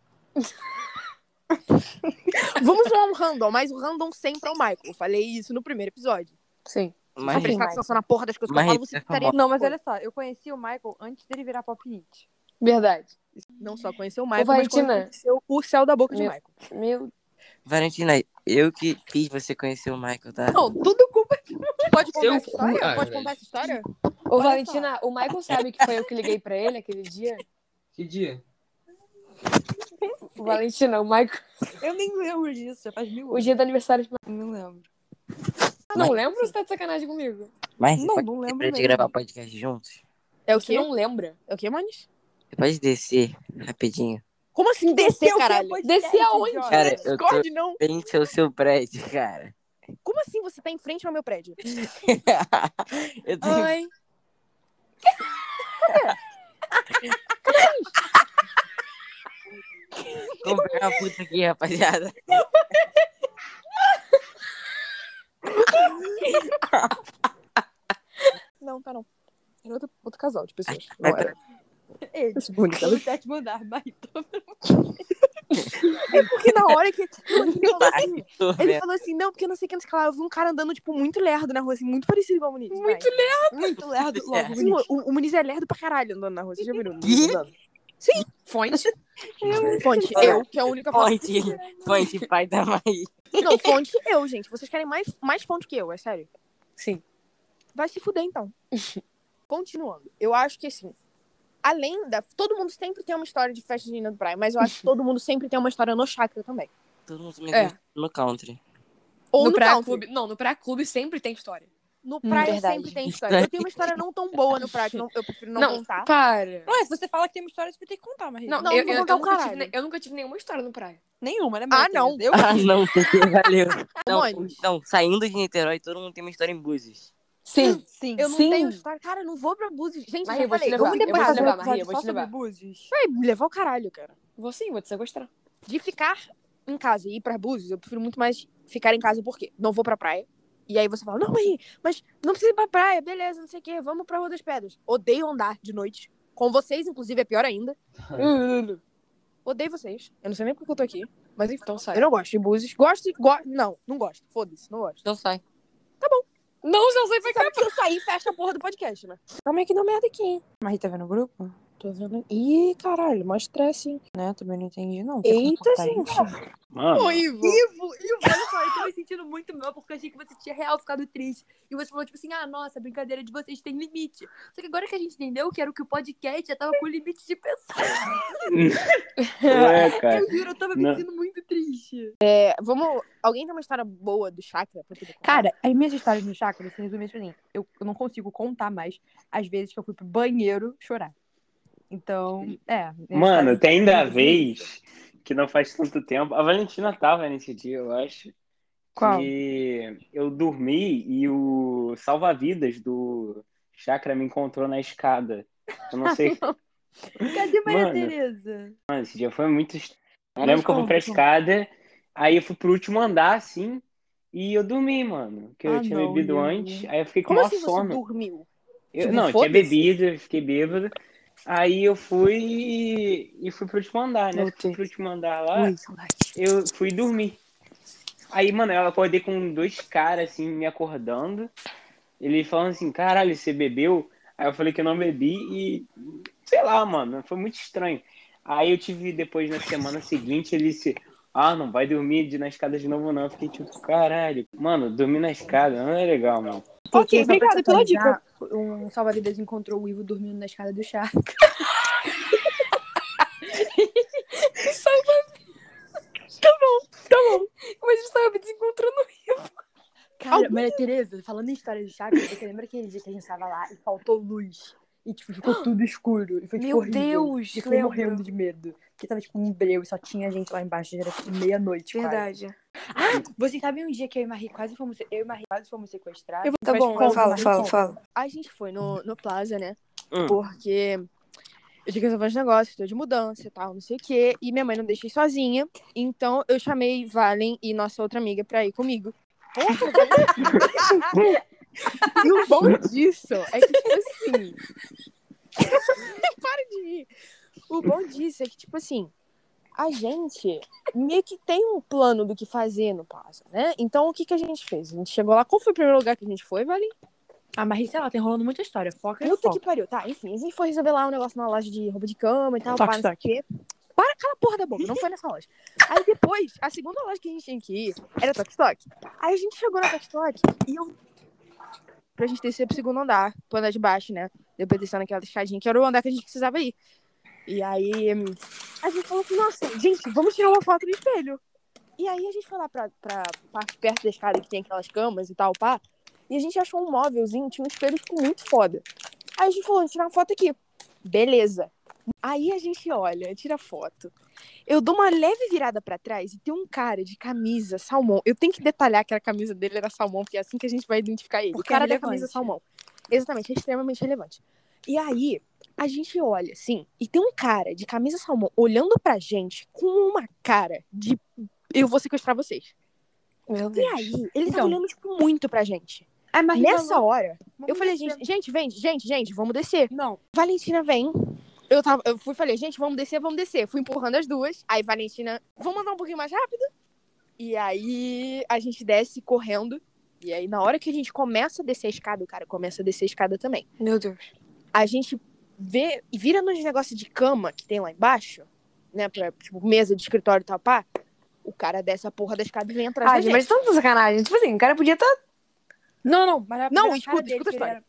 Speaker 2: Vamos zoar um random, mas o random sempre é o Michael. Eu falei isso no primeiro episódio.
Speaker 3: Sim.
Speaker 2: Vou
Speaker 6: Mas,
Speaker 2: prestar atenção na porra das coisas que eu
Speaker 6: Mas
Speaker 2: falo, você
Speaker 6: é
Speaker 2: ficaria.
Speaker 1: Não, mas olha só, eu conheci o Michael antes dele virar pop hit.
Speaker 3: Verdade.
Speaker 2: Não só conheceu o Michael, mas
Speaker 3: Valentina.
Speaker 2: conheceu o céu da boca de
Speaker 3: Meu-
Speaker 2: Michael.
Speaker 3: Meu
Speaker 6: Valentina, eu que fiz você conhecer o Michael, tá?
Speaker 2: Não, tudo culpa. é Pode contar
Speaker 5: Seu
Speaker 2: essa história?
Speaker 5: cu,
Speaker 6: ah,
Speaker 2: Pode
Speaker 5: cara.
Speaker 2: contar essa história?
Speaker 3: Ô,
Speaker 2: Olha
Speaker 3: Valentina, o Michael sabe que foi eu que liguei pra ele aquele
Speaker 2: [laughs]
Speaker 3: dia?
Speaker 5: Que dia?
Speaker 3: O Valentina, o Michael,
Speaker 1: Eu nem lembro disso, já faz mil
Speaker 3: o dia do aniversário de
Speaker 1: Não lembro.
Speaker 3: Não lembro ou você tá de sacanagem comigo?
Speaker 6: Mas
Speaker 1: Não,
Speaker 6: pode
Speaker 1: não lembro
Speaker 6: pra gente
Speaker 1: mesmo.
Speaker 6: gravar podcast juntos?
Speaker 2: É o
Speaker 3: Você
Speaker 6: um
Speaker 2: que?
Speaker 3: não lembra?
Speaker 2: É o que, Manis?
Speaker 6: Você pode descer rapidinho?
Speaker 2: Como assim descer,
Speaker 1: é
Speaker 2: caralho?
Speaker 3: Descer aonde?
Speaker 6: Cara, um eu tô
Speaker 2: Discord, não.
Speaker 6: bem seu seu prédio, cara.
Speaker 2: Como assim você tá em frente ao meu
Speaker 6: [laughs]
Speaker 2: prédio?
Speaker 6: eu
Speaker 1: Ah,
Speaker 6: tô
Speaker 2: Ai.
Speaker 6: comprando uma puta
Speaker 1: [laughs]
Speaker 6: aqui, rapaziada.
Speaker 2: Não, tá não. Era outro, outro casal de pessoas.
Speaker 6: Vai
Speaker 2: Agora.
Speaker 1: Ei,
Speaker 2: Isso, bonita.
Speaker 1: vou até te mandar, Michael.
Speaker 2: Porque na hora que. Não, ele falou assim,
Speaker 6: Tô
Speaker 2: Ele
Speaker 6: vendo.
Speaker 2: falou assim, não, porque eu não sei o que, não sei o que lá. Eu vi um cara andando, tipo, muito lerdo na rua, assim, muito parecido com a Muniz.
Speaker 3: Muito
Speaker 2: lerdo.
Speaker 1: Muito lerdo, logo.
Speaker 2: Sim, o, o Muniz é lerdo pra caralho andando na rua. Você já viu? o
Speaker 6: Que?
Speaker 2: Muniz andando? Sim. Fonte. Fonte, eu, que é a única fonte.
Speaker 6: Fonte, fonte, pai da mãe.
Speaker 2: Não, fonte, eu, gente. Vocês querem mais, mais fonte que eu, é sério.
Speaker 3: Sim.
Speaker 2: Vai se fuder, então. Continuando. Eu acho que, assim, além da... Todo mundo sempre tem uma história de festa junina do Praia, mas eu acho que todo mundo sempre tem uma história no chácara também.
Speaker 6: Todo mundo me
Speaker 3: É.
Speaker 6: conhece no country.
Speaker 2: Ou no,
Speaker 3: no Praia
Speaker 2: country.
Speaker 3: Clube. Não, no Praia Clube sempre tem história.
Speaker 2: No Praia
Speaker 3: Hum, verdade.
Speaker 2: sempre tem história. Eu tenho uma história não tão boa no Praia, que não- eu prefiro não, contar.
Speaker 3: para.
Speaker 1: Ué, se você fala que tem uma história, você vai ter que contar, mas
Speaker 3: Não,
Speaker 2: Não,
Speaker 3: eu,
Speaker 2: não
Speaker 3: eu,
Speaker 2: vou dar
Speaker 3: eu
Speaker 2: o
Speaker 3: nunca tive,
Speaker 2: caralho.
Speaker 3: ne- eu nunca tive nenhuma história no Praia.
Speaker 1: nenhuma, né?
Speaker 2: Ah, não.
Speaker 1: Eu
Speaker 6: Ah, não, [laughs] porque valeu. Não,
Speaker 2: Mônica.
Speaker 6: não, saindo de Niterói, todo mundo tem uma história em Búzios.
Speaker 3: Sim.
Speaker 1: Sim.
Speaker 2: Eu não
Speaker 3: Sim.
Speaker 2: tenho história. Cara, eu não vou pra Búzios. Gente,
Speaker 3: Mas
Speaker 2: já
Speaker 3: eu vou te
Speaker 2: falei.
Speaker 3: levar,
Speaker 2: Vamos
Speaker 3: eu vou
Speaker 2: depois
Speaker 3: te
Speaker 2: fazer um
Speaker 3: levar, Maria,
Speaker 2: episódio
Speaker 3: eu vou te
Speaker 2: só sobre
Speaker 3: levar.
Speaker 1: Búzios.
Speaker 2: Vai me levar o caralho, cara.
Speaker 3: Vou sim, vou te sequestrar.
Speaker 2: De ficar em casa e ir pra Búzios, eu prefiro muito mais ficar em casa porque não vou pra praia. E aí você fala, não, mãe, mas não precisa ir pra praia, beleza, não sei o quê, vamos pra Rua das Pedras. Odeio andar de noite. Com vocês, inclusive, é pior ainda. Odeio vocês. Eu não sei nem por que eu tô aqui. Mas enfim,
Speaker 3: Então sai.
Speaker 2: eu não gosto de Búzios. Gosto de... Go... Não, não gosto. Foda-se, não gosto. Tá
Speaker 6: Então sai.
Speaker 3: Não, já sei, vai
Speaker 2: Sabe que se eu sair, fecha a porra do podcast, né? Calma aí que deu merda aqui, hein?
Speaker 1: Mas Rita vai no tá grupo?
Speaker 2: Tô vendo... Ih, caralho, mó estresse, hein?
Speaker 1: Né? Também não entendi, não.
Speaker 2: Eita, gente.
Speaker 4: Mano,
Speaker 2: Ivo.
Speaker 1: Ivo, Ivo, olha só, eu tô me sentindo muito mal porque eu achei que você tinha real ficado triste. E você falou, tipo assim, ah, nossa, a brincadeira de vocês tem limite. Só que agora que a gente entendeu que era o que o podcast já tava com limite de pensar.
Speaker 4: ué, é, cara.
Speaker 1: Eu juro, eu tava me
Speaker 4: Não.
Speaker 1: sentindo muito triste.
Speaker 2: É, vamos. Alguém tem uma história boa do chakra? pra poder contar?
Speaker 1: Cara, as minhas histórias no chakra se resumem assim. Eu, eu não consigo contar mais as vezes que eu fui pro banheiro chorar. Então, é.
Speaker 4: Mano,
Speaker 1: tem
Speaker 4: tem da vez que não faz tanto tempo. A Valentina tava nesse dia, eu acho.
Speaker 1: Qual?
Speaker 4: Que eu dormi e o salva-vidas do Chakra me encontrou na escada. Eu não
Speaker 1: [laughs]
Speaker 4: sei.
Speaker 1: Cadê Maria
Speaker 4: Mano.
Speaker 1: Tereza?
Speaker 4: Mano, esse dia foi muito. est- Eu
Speaker 1: Mas
Speaker 4: lembro que eu fui
Speaker 1: como,
Speaker 4: pra
Speaker 1: como?
Speaker 4: escada, aí eu fui pro último andar, assim, e eu dormi, mano. Que eu
Speaker 1: Ah,
Speaker 4: tinha
Speaker 1: não,
Speaker 4: bebido
Speaker 1: Ivo.
Speaker 4: antes, aí eu fiquei com o
Speaker 2: como
Speaker 4: maior
Speaker 2: assim
Speaker 4: sono.
Speaker 2: você dormiu?
Speaker 4: Eu-
Speaker 2: Tipo,
Speaker 4: não, eu tinha
Speaker 2: foda-se.
Speaker 4: bebido, eu fiquei bêbado. Aí eu fui e- e fui pro último andar, né?
Speaker 3: Meu
Speaker 4: Fui
Speaker 3: Deus.
Speaker 4: pro último andar lá, eu fui dormir. Aí, mano, eu acordei com dois caras, assim, me acordando. Eles falando assim, caralho, você bebeu? Aí eu falei que eu não bebi e... Sei lá, mano, foi muito estranho. Aí eu tive, depois, na semana seguinte, ele disse... Ah, não vai dormir de- na escada de novo, não. Eu fiquei tipo, caralho. Mano, dormir na escada não é legal, mano.
Speaker 2: Ok, obrigada pela dica.
Speaker 1: Um salva-vidas encontrou o Ivo dormindo na escada do chá.
Speaker 3: Mas a gente tava me desencontrando.
Speaker 1: Cara,
Speaker 2: Algum-
Speaker 1: Maria Tereza, falando em história de chakra, você lembra aquele dia que a gente tava lá e faltou luz? E, tipo, [gasps] ficou tudo escuro. E foi, tipo,
Speaker 3: Meu
Speaker 1: horrível.
Speaker 3: Deus,
Speaker 1: E eu fiquei
Speaker 3: lembro.
Speaker 1: morrendo de medo. Porque tava, tipo, um breu e só tinha gente lá embaixo. Já era, tipo, meia-noite, quase. Ah, vocês sabem um dia que eu e Marie quase fomos... Eu e Marie quase fomos sequestrados?
Speaker 2: Eu vou-
Speaker 3: Tá
Speaker 2: Mas
Speaker 3: bom,
Speaker 2: conta,
Speaker 3: fala,
Speaker 2: mas
Speaker 3: fala,
Speaker 2: conta.
Speaker 3: fala.
Speaker 2: A gente foi no, no Plaza, né?
Speaker 6: Hum.
Speaker 2: Porque eu tinha que resolver os negócios, tô de mudança e tal, não sei o quê. E minha mãe não deixei sozinha. Então eu chamei Valen e nossa outra amiga pra ir comigo. e o bom disso é que, tipo assim. [laughs] Para de rir. O bom disso é que, tipo assim. a gente meio que tem um plano do que fazer no Plaza, né? Então, o que, que a gente fez? A gente chegou lá. Qual foi o primeiro lugar que a gente foi, Vale?
Speaker 1: Ah, mas sei lá, tá enrolando muita história. Foca aí,
Speaker 2: Puta
Speaker 1: foca.
Speaker 2: que pariu. Tá, enfim, a gente foi resolver lá um negócio na loja de roupa de cama e tal.
Speaker 1: Toque,
Speaker 2: pá, não sei o quê. Para, cala a porra da boca, não foi nessa loja. Aí depois, a segunda loja que a gente tinha que ir era Tok Tok. Aí a gente chegou na Tok Tok e eu. Pra gente descer pro segundo andar, pro andar de baixo, né? Depois descendo aquela escadinha, que era o andar que a gente precisava ir. E aí, hum, a gente falou assim, nossa, gente, vamos tirar uma foto no espelho. E aí a gente foi lá pra, pra parte perto da escada que tem aquelas camas e tal, pá. E a gente achou um móvelzinho, tinha um espelho tipo, muito foda. Aí a gente falou, vamos tirar uma foto aqui. Beleza. Aí a gente olha, tira a foto. Eu dou uma leve virada pra trás e tem um cara de camisa salmão. Eu tenho que detalhar que a camisa dele era salmão, porque é assim que a gente vai identificar ele. o
Speaker 1: Porque
Speaker 2: cara
Speaker 1: é
Speaker 2: da
Speaker 1: relevante.
Speaker 2: camisa salmão. Exatamente, é extremamente relevante. E aí, a gente olha assim, e tem um cara de camisa salmão olhando pra gente com uma cara de eu vou sequestrar vocês.
Speaker 3: Meu
Speaker 2: E aí, ele tá
Speaker 1: Então.
Speaker 2: olhando tipo muito pra gente.
Speaker 1: Ah, mas
Speaker 2: Nessa
Speaker 1: vamos-
Speaker 2: hora,
Speaker 1: vamos
Speaker 2: eu falei,
Speaker 1: descer.
Speaker 2: gente, gente, vem, gente, gente, vamos descer.
Speaker 1: Não,
Speaker 2: Valentina vem. Eu, tava, eu fui falei, gente, vamos descer, vamos descer. Fui empurrando as duas. Aí Valentina, vamos andar um pouquinho mais rápido? E aí a gente desce correndo. E aí, na hora que a gente começa a descer a escada, o cara começa a descer a escada também.
Speaker 3: Meu Deus.
Speaker 2: A gente vê e vira nos negócios de cama que tem lá embaixo, né? Pra, tipo, mesa de escritório e tal, pá. O cara desce a porra da escada e vem
Speaker 1: Ah,
Speaker 2: atrás da
Speaker 3: Ai,
Speaker 2: gente.
Speaker 3: mas tanta sacanagem. Tipo assim, o cara podia estar.
Speaker 1: não, não. Mas a
Speaker 2: Não,
Speaker 1: primeira
Speaker 2: escuta,
Speaker 1: cara dele
Speaker 2: escuta a
Speaker 1: que ele
Speaker 2: história.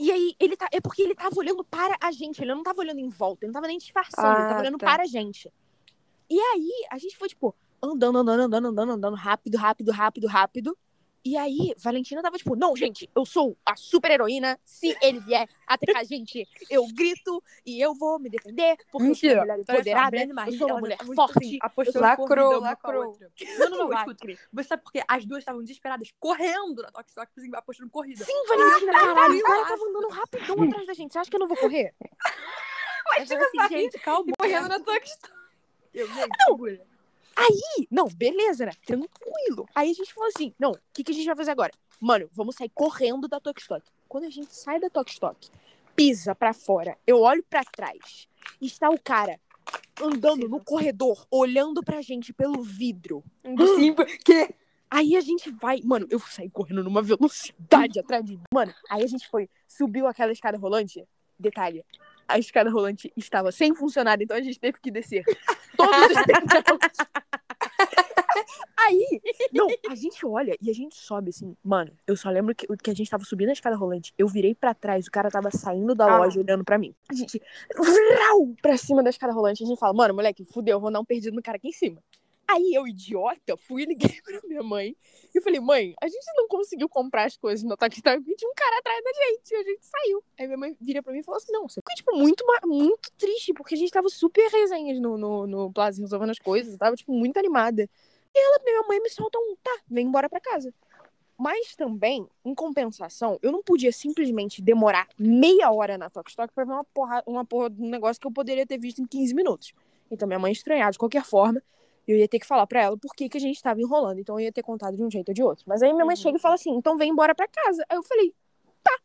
Speaker 2: E aí, ele tá. É porque ele tava olhando para a gente. Ele não tava olhando em volta. Ele não tava nem disfarçando. ele
Speaker 3: Ah,
Speaker 2: tava olhando
Speaker 3: tá.
Speaker 2: para a gente. E aí, a gente foi, tipo, andando, andando, andando, andando, andando, rápido, rápido, rápido, rápido. E aí, Valentina tava, tipo, não, gente, eu sou a super heroína. Se ele vier atacar a gente, eu grito e eu vou me defender. Porque eu sou
Speaker 1: Mentira.
Speaker 2: uma mulher
Speaker 1: Olha só,
Speaker 2: empoderada.
Speaker 1: Brandi
Speaker 2: Eu
Speaker 1: Marquezine,
Speaker 2: sou uma
Speaker 1: ela
Speaker 2: mulher
Speaker 1: tá muito, assim,
Speaker 2: forte.
Speaker 1: apostou em
Speaker 3: Lacrou,
Speaker 1: corrida uma com a
Speaker 3: lacrou.
Speaker 1: outra. Não, não, não,
Speaker 2: Lacrou.
Speaker 1: escuta. Você sabe por quê? As duas estavam desesperadas, correndo na Tok Tok, assim, apostando em corrida.
Speaker 2: Sim, Valentina, caralho. O cara
Speaker 1: Nossa.
Speaker 2: tava andando rapidão atrás da gente. Você acha que eu não vou correr?
Speaker 1: Mas assim, gente, calma.
Speaker 3: Correndo na tua
Speaker 1: Eu, gente, segura.
Speaker 2: Não, beleza, né? Tranquilo. Aí a gente falou assim: não, o que, que a gente vai fazer agora? Mano, vamos sair correndo da Tokstok. Quando a gente sai da Tokstok, pisa pra fora, eu olho pra trás, está o cara andando no corredor, olhando pra gente pelo vidro.
Speaker 3: Que?
Speaker 2: Aí a gente vai. Mano, eu saí correndo numa velocidade atrás de mim. Mano, aí a gente foi, subiu aquela escada rolante. Detalhe. A escada rolante estava sem funcionar, então a gente teve que descer. Todos os degraus. Aí, não, a gente olha e a gente sobe assim. Mano, eu só lembro que, que a gente tava subindo a escada rolante. Eu virei pra trás, o cara tava saindo da
Speaker 3: Ah.
Speaker 2: loja olhando pra mim. A gente, vrau, pra cima da escada rolante. A gente fala, mano, moleque, fudeu, vou dar um perdido no cara aqui em cima. Aí eu, idiota, fui [laughs] e liguei pra minha mãe. E eu falei, mãe, a gente não conseguiu comprar as coisas no Tok Tok e tinha um cara atrás da gente. E a gente saiu. Aí minha mãe vira pra mim e falou assim: não, você ficou, tipo, muito, ma- muito triste, porque a gente tava super resenhas no, no, no Plaza resolvendo as coisas. Eu tava, tipo, muito animada. E ela, minha mãe me solta um, tá, vem embora pra casa. Mas também, em compensação, eu não podia simplesmente demorar meia hora na Tok Tok pra ver uma porra, uma porra de um negócio que eu poderia ter visto em 15 minutos. Então minha mãe estranhava de qualquer forma eu ia ter que falar pra ela por que, que a gente tava enrolando. Então eu ia ter contado de um jeito ou de outro. Mas aí minha mãe chega e fala assim: então vem embora pra casa. Aí eu falei: tá.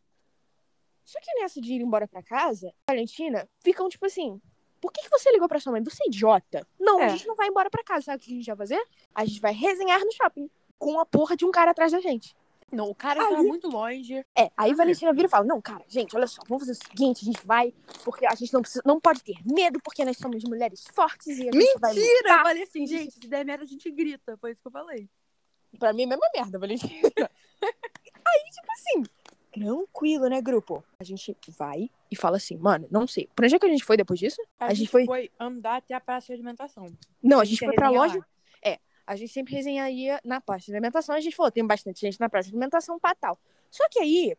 Speaker 2: Só que nessa de ir embora pra casa, a Valentina ficam tipo assim: por que, que você ligou pra sua mãe? Você é idiota? Não, a
Speaker 3: É.
Speaker 2: gente não vai embora pra casa. Sabe o que a gente vai fazer? A gente vai resenhar no shopping com a porra de um cara atrás da gente.
Speaker 1: Não, o cara tava muito longe.
Speaker 2: É, aí Valentina vira e fala: Não, cara, gente, olha só, vamos fazer o seguinte: a gente vai, porque a gente não, precisa, não pode ter medo, porque nós somos mulheres fortes e a gente vai
Speaker 1: Mentira! Eu
Speaker 2: lutar.
Speaker 1: falei assim, gente, se der merda, a gente grita. Foi isso que eu falei.
Speaker 2: Pra mim, é a mesma merda, Valentina. Aí, [laughs] tipo assim, tranquilo, né, grupo? A gente vai e fala assim, mano, não sei. Pra onde é que a gente foi depois disso? A gente foi-
Speaker 1: andar até a praça de alimentação.
Speaker 2: Não, a gente
Speaker 1: ia
Speaker 2: foi pra
Speaker 1: resenhar
Speaker 2: loja. é,
Speaker 1: lá.
Speaker 2: A gente sempre resenharia na praça de alimentação. A gente falou, tem bastante gente na praça de alimentação pra tal. Só que aí,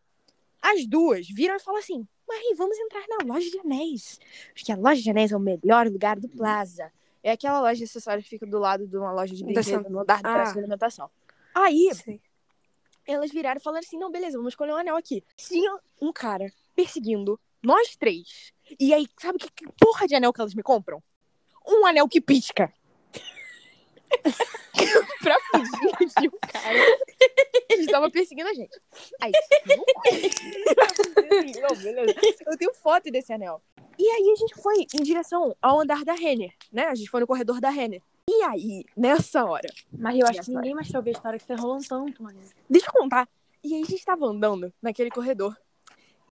Speaker 2: as duas viram e falaram assim, Marie, vamos entrar na loja de anéis. Porque a loja de anéis é o melhor lugar
Speaker 3: Uhum.
Speaker 2: do Plaza. É aquela loja de acessórios que fica do lado de uma loja de
Speaker 3: Da
Speaker 2: brinquedo, no andar da praça
Speaker 3: Ah.
Speaker 2: de alimentação. Aí,
Speaker 3: Sei.
Speaker 2: elas viraram e falaram assim: não, beleza, vamos escolher um anel aqui. Tinha um cara perseguindo nós três. E aí, sabe que, que porra de anel que elas me compram? Um anel que pisca. [laughs] pra fugir de um cara. Eles estavam perseguindo a gente. Aí, não, beleza. Eu tenho foto desse anel. E aí a gente foi em direção ao andar da Renner, né? A gente foi no corredor da Renner. E aí, nessa hora,
Speaker 3: Mas eu
Speaker 2: acho que ninguém
Speaker 3: mais quer ouvir a história que você rolando tanto, mano.
Speaker 2: deixa eu contar. E aí a gente tava andando naquele corredor.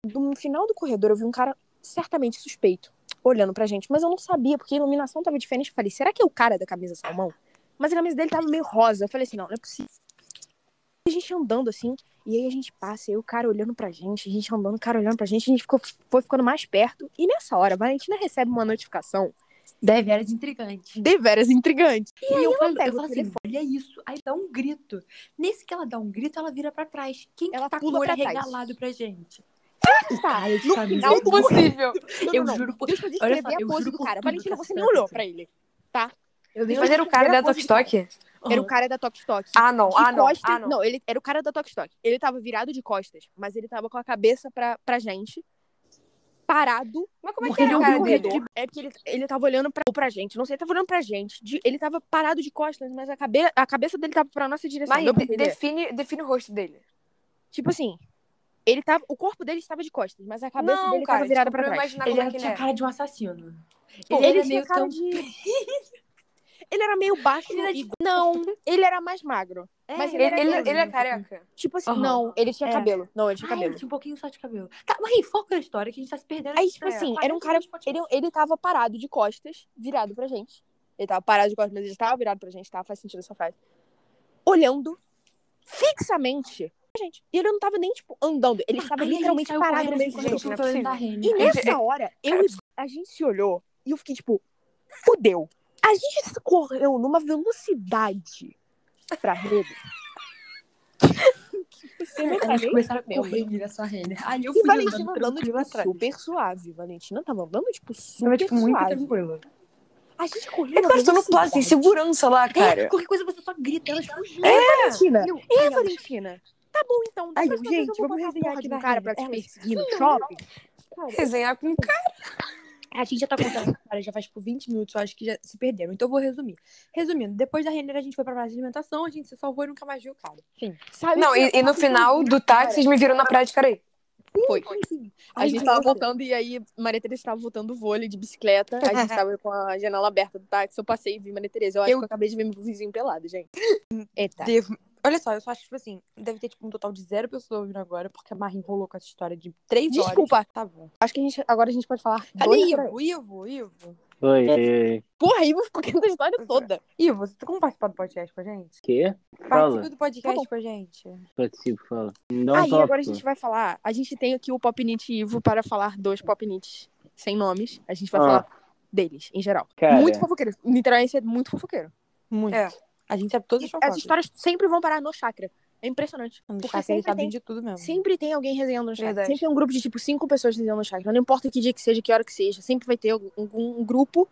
Speaker 2: No final do corredor eu vi um cara certamente suspeito olhando pra gente, mas eu não sabia porque a iluminação tava diferente. Eu falei, será que é o cara da camisa salmão? Mas a camisa dele tava meio rosa. Eu falei assim, não, não é possível. A gente andando assim, e aí a gente passa, e aí o cara olhando pra gente, a gente andando, o cara olhando pra gente, a gente ficou, foi ficando mais perto. E nessa hora, a Valentina recebe uma notificação
Speaker 1: Deveras intrigante.
Speaker 2: deveras intrigante.
Speaker 1: E, aí eu, falo, eu
Speaker 2: pego
Speaker 1: falo
Speaker 2: o
Speaker 1: assim, olha isso. Aí dá um grito. Nesse que ela dá um grito, ela vira pra trás. Quem que
Speaker 2: Ela
Speaker 1: tá com o
Speaker 2: pula
Speaker 1: olho
Speaker 2: pra trás.
Speaker 1: arregalado pra gente?
Speaker 2: Tá,
Speaker 1: Cara de
Speaker 2: no
Speaker 1: camisa.
Speaker 2: final do
Speaker 3: Impossível.
Speaker 2: Não,
Speaker 1: Eu
Speaker 2: não, não.
Speaker 1: juro por...
Speaker 2: Deixa eu
Speaker 1: Olha
Speaker 2: descrever
Speaker 1: só,
Speaker 2: a
Speaker 1: eu
Speaker 2: pose
Speaker 1: juro
Speaker 2: do
Speaker 1: por
Speaker 2: cara.
Speaker 1: tudo
Speaker 2: Valentina,
Speaker 1: que
Speaker 2: você
Speaker 1: essa
Speaker 2: nem
Speaker 1: criança
Speaker 2: olhou
Speaker 1: fez.
Speaker 2: pra ele, tá?
Speaker 3: Mas era o cara da Tok Tok?
Speaker 2: Era o cara da Tok Tok.
Speaker 3: Ah, não.
Speaker 2: De
Speaker 3: Ah, não.
Speaker 2: costas-
Speaker 3: Ah, não.
Speaker 2: ele era o cara da Tok Tok. Ele tava virado de costas, mas ele tava com a cabeça pra, pra gente, parado.
Speaker 3: Mas como é que
Speaker 1: Porque
Speaker 3: era
Speaker 1: ele
Speaker 3: o cara
Speaker 1: ouviu o
Speaker 3: dele?
Speaker 1: grito de-
Speaker 2: É porque ele, ele tava olhando pra, ou pra gente, não sei, ele tava olhando pra gente. De- ele tava parado de costas, mas a, cabe, a cabeça dele tava pra nossa direção.
Speaker 3: Mas
Speaker 2: deu pra
Speaker 3: de-
Speaker 2: entender?
Speaker 3: define, define o rosto dele.
Speaker 2: Tipo assim, ele tava, o corpo dele estava de costas, mas a cabeça
Speaker 3: não, é
Speaker 2: dele
Speaker 3: cara,
Speaker 2: tava virada
Speaker 3: tipo,
Speaker 2: pra
Speaker 3: eu
Speaker 2: trás.
Speaker 3: imaginar
Speaker 1: Ele
Speaker 3: como é
Speaker 1: era,
Speaker 3: que
Speaker 1: tinha
Speaker 3: ele é.
Speaker 1: cara de um assassino.
Speaker 2: Pô, ele
Speaker 1: ele, era
Speaker 2: tinha
Speaker 1: meio
Speaker 2: cara
Speaker 3: [laughs]
Speaker 1: tão...
Speaker 2: de. ele era meio baixo.
Speaker 1: Ele era de-
Speaker 2: e- Não, ele era mais magro. mas ele, era
Speaker 3: Ele, ele,
Speaker 2: grande.
Speaker 3: ele é careca.
Speaker 2: Tipo assim,
Speaker 1: Aham.
Speaker 2: não, ele tinha
Speaker 1: É.
Speaker 2: cabelo. Não, ele tinha
Speaker 1: Ah, ele
Speaker 2: cabelo.
Speaker 1: tinha um pouquinho só de cabelo. Tá, mas aí, foca na história que a gente tá se perdendo.
Speaker 2: Aí, tipo
Speaker 3: É,
Speaker 2: assim,
Speaker 1: faz
Speaker 2: era um
Speaker 1: um
Speaker 2: cara.
Speaker 1: Spotify.
Speaker 2: Ele, ele tava parado de costas, virado pra gente. Ele tava parado de costas, mas ele tava virado pra gente, tá? Faz sentido essa frase. Olhando fixamente pra gente. E ele não tava nem, tipo, andando. Ele estava
Speaker 1: Tá, Aí a gente
Speaker 2: literalmente
Speaker 1: saiu
Speaker 2: parado
Speaker 1: correndo,
Speaker 2: no meio
Speaker 1: assim,
Speaker 2: do tipo
Speaker 3: gente,
Speaker 2: corredor.
Speaker 3: não é
Speaker 1: correndo
Speaker 3: possível.
Speaker 1: da Rene.
Speaker 2: E nessa hora, eu e a gente se olhou e eu fiquei tipo, fudeu. A gente se correu numa velocidade pra rede. Você não tá
Speaker 1: Elas
Speaker 2: nem
Speaker 1: começaram a
Speaker 2: meu
Speaker 1: correr em direção à Rene. Aí eu fui
Speaker 2: E Valentina andando,
Speaker 1: tranquila
Speaker 2: tipo,
Speaker 1: atrás.
Speaker 2: super suave. Valentina tava andando, tipo, super
Speaker 1: Tava, tipo, muito
Speaker 2: suave.
Speaker 1: tranquila.
Speaker 2: A gente correu
Speaker 3: Ele
Speaker 2: na
Speaker 3: passou no
Speaker 1: assim,
Speaker 2: velocidade.
Speaker 3: plaza em segurança lá,
Speaker 1: É,
Speaker 3: cara.
Speaker 1: qualquer coisa você só grita, elas fugiram.
Speaker 2: Valentina.
Speaker 1: Não,
Speaker 2: É,
Speaker 1: não.
Speaker 2: Valentina. Tá bom, então. da
Speaker 1: Aí,
Speaker 2: próxima
Speaker 1: gente,
Speaker 2: vez eu vou
Speaker 1: vamos
Speaker 2: botar a
Speaker 1: resenhar
Speaker 2: porra de
Speaker 1: aqui
Speaker 2: um
Speaker 1: na É
Speaker 2: cara
Speaker 1: rede.
Speaker 2: pra te
Speaker 1: Elas-
Speaker 2: perseguir no shopping.
Speaker 3: Resenhar com o cara.
Speaker 1: A gente já tá contando essa história já faz tipo 20 minutos, eu acho que já se perderam. Então eu vou resumir. Resumindo, depois da Renner a gente foi pra praia de alimentação, a gente se salvou e nunca mais viu o cara.
Speaker 2: Sabe
Speaker 3: Não,
Speaker 2: que-
Speaker 3: e, e no final do táxi, vocês me viram na praia de Caraí.
Speaker 2: Foi.
Speaker 1: Sim.
Speaker 2: A gente tava voltando e aí Maria Tereza tava voltando vôlei de bicicleta. A
Speaker 1: [laughs]
Speaker 2: gente tava com a janela aberta do táxi. Eu passei e vi Maria Tereza. Eu acho
Speaker 1: Eu-
Speaker 2: que eu acabei de ver meu vizinho pelado, gente. Eita.
Speaker 1: Devo- Olha só, eu só acho que, tipo assim, deve ter, tipo, um total de zero pessoas ouvindo agora, porque a Marie enrolou com essa história de três
Speaker 2: Desculpa.
Speaker 1: horas. Tá bom.
Speaker 2: Acho que a gente, agora a gente pode falar.
Speaker 1: Cadê
Speaker 2: dois pra-
Speaker 1: Ivo? Ivo, Ivo.
Speaker 4: Oi,
Speaker 2: É.
Speaker 4: oi,
Speaker 2: Porra, Ivo ficou querendo a história toda.
Speaker 1: Ivo, você tem como participar do podcast com a gente?
Speaker 4: quê?
Speaker 1: Participa
Speaker 4: Fala,
Speaker 1: do
Speaker 2: Tá
Speaker 1: podcast
Speaker 2: bom.
Speaker 1: com a gente.
Speaker 4: participo, fala. Me dá um
Speaker 2: aí agora a
Speaker 4: tópico.
Speaker 2: gente vai falar. A gente tem aqui o Popnit e Ivo para falar dois Popnits sem nomes. A gente vai
Speaker 4: Ah.
Speaker 2: falar deles, em geral.
Speaker 4: Cara,
Speaker 2: Muito fofoqueiro. Niteróiense é muito fofoqueiro.
Speaker 1: Muito.
Speaker 3: É.
Speaker 1: A gente tá sabe todos
Speaker 2: E
Speaker 1: os
Speaker 2: as
Speaker 1: fofocas.
Speaker 2: histórias sempre vão parar no chakra. É impressionante.
Speaker 1: Os
Speaker 2: porque
Speaker 1: caras,
Speaker 2: sempre
Speaker 1: eles sabem
Speaker 2: tem-
Speaker 1: de tudo mesmo.
Speaker 2: Sempre tem alguém resenhando no chakra.
Speaker 3: Verdade.
Speaker 2: Sempre tem um grupo de tipo cinco pessoas resenhando no chakra. Não importa que dia que seja, que hora que seja. Sempre vai ter algum um grupo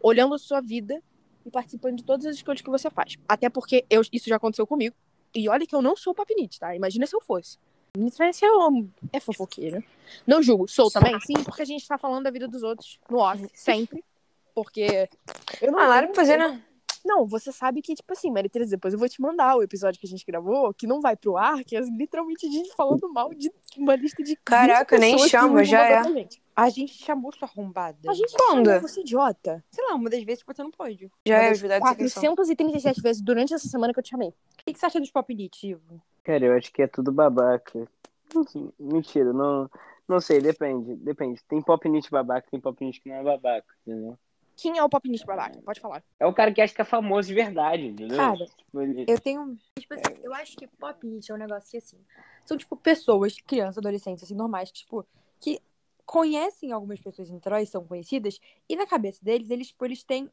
Speaker 2: olhando a sua vida e participando de todas as escolhas que você faz. Até porque eu- isso já aconteceu comigo. E olha que eu não sou papinite, tá? Imagina se eu fosse. Nitranense é, um- é fofoqueiro. Não julgo. Sou também, sim, porque a gente tá falando da vida dos outros no off, sempre. Porque. Eu
Speaker 3: Ah, nada pra fazer, né?
Speaker 2: Não, você sabe que, tipo assim, Maria Teresa, depois eu vou te mandar o episódio que a gente gravou, que não vai pro ar, que é literalmente a gente falando mal de uma lista de
Speaker 3: Caraca,
Speaker 2: 20
Speaker 3: nem
Speaker 2: pessoas que
Speaker 3: chama,
Speaker 2: mandou
Speaker 3: já é.
Speaker 2: pra gente.
Speaker 1: A gente chamou sua arrombada.
Speaker 2: A gente
Speaker 3: Quando?
Speaker 2: chama, você idiota.
Speaker 1: Sei lá, uma das vezes que você não pôde.
Speaker 3: Já é
Speaker 2: Mas
Speaker 3: ajudar de secreção.
Speaker 2: 437 vezes durante essa semana que eu te chamei.
Speaker 1: O que que você acha dos popinit, Ivo?
Speaker 4: Cara, eu acho que é tudo babaca. Assim, Mentira, não, não sei, depende, depende. Tem popnit babaca, tem popnit que não é babaca, entendeu?
Speaker 2: Quem é o Popinista babaca? Pode falar.
Speaker 4: É o cara que acha que é famoso de verdade, entendeu?
Speaker 1: Cara,
Speaker 4: Tipo, ele-
Speaker 1: Eu tenho. Tipo assim, eu acho que pop hit é um negócio que, assim. São, tipo, pessoas, crianças, adolescentes, assim, normais, que, tipo, que conhecem algumas pessoas em Niterói, são conhecidas, e na cabeça deles, eles, tipo, eles têm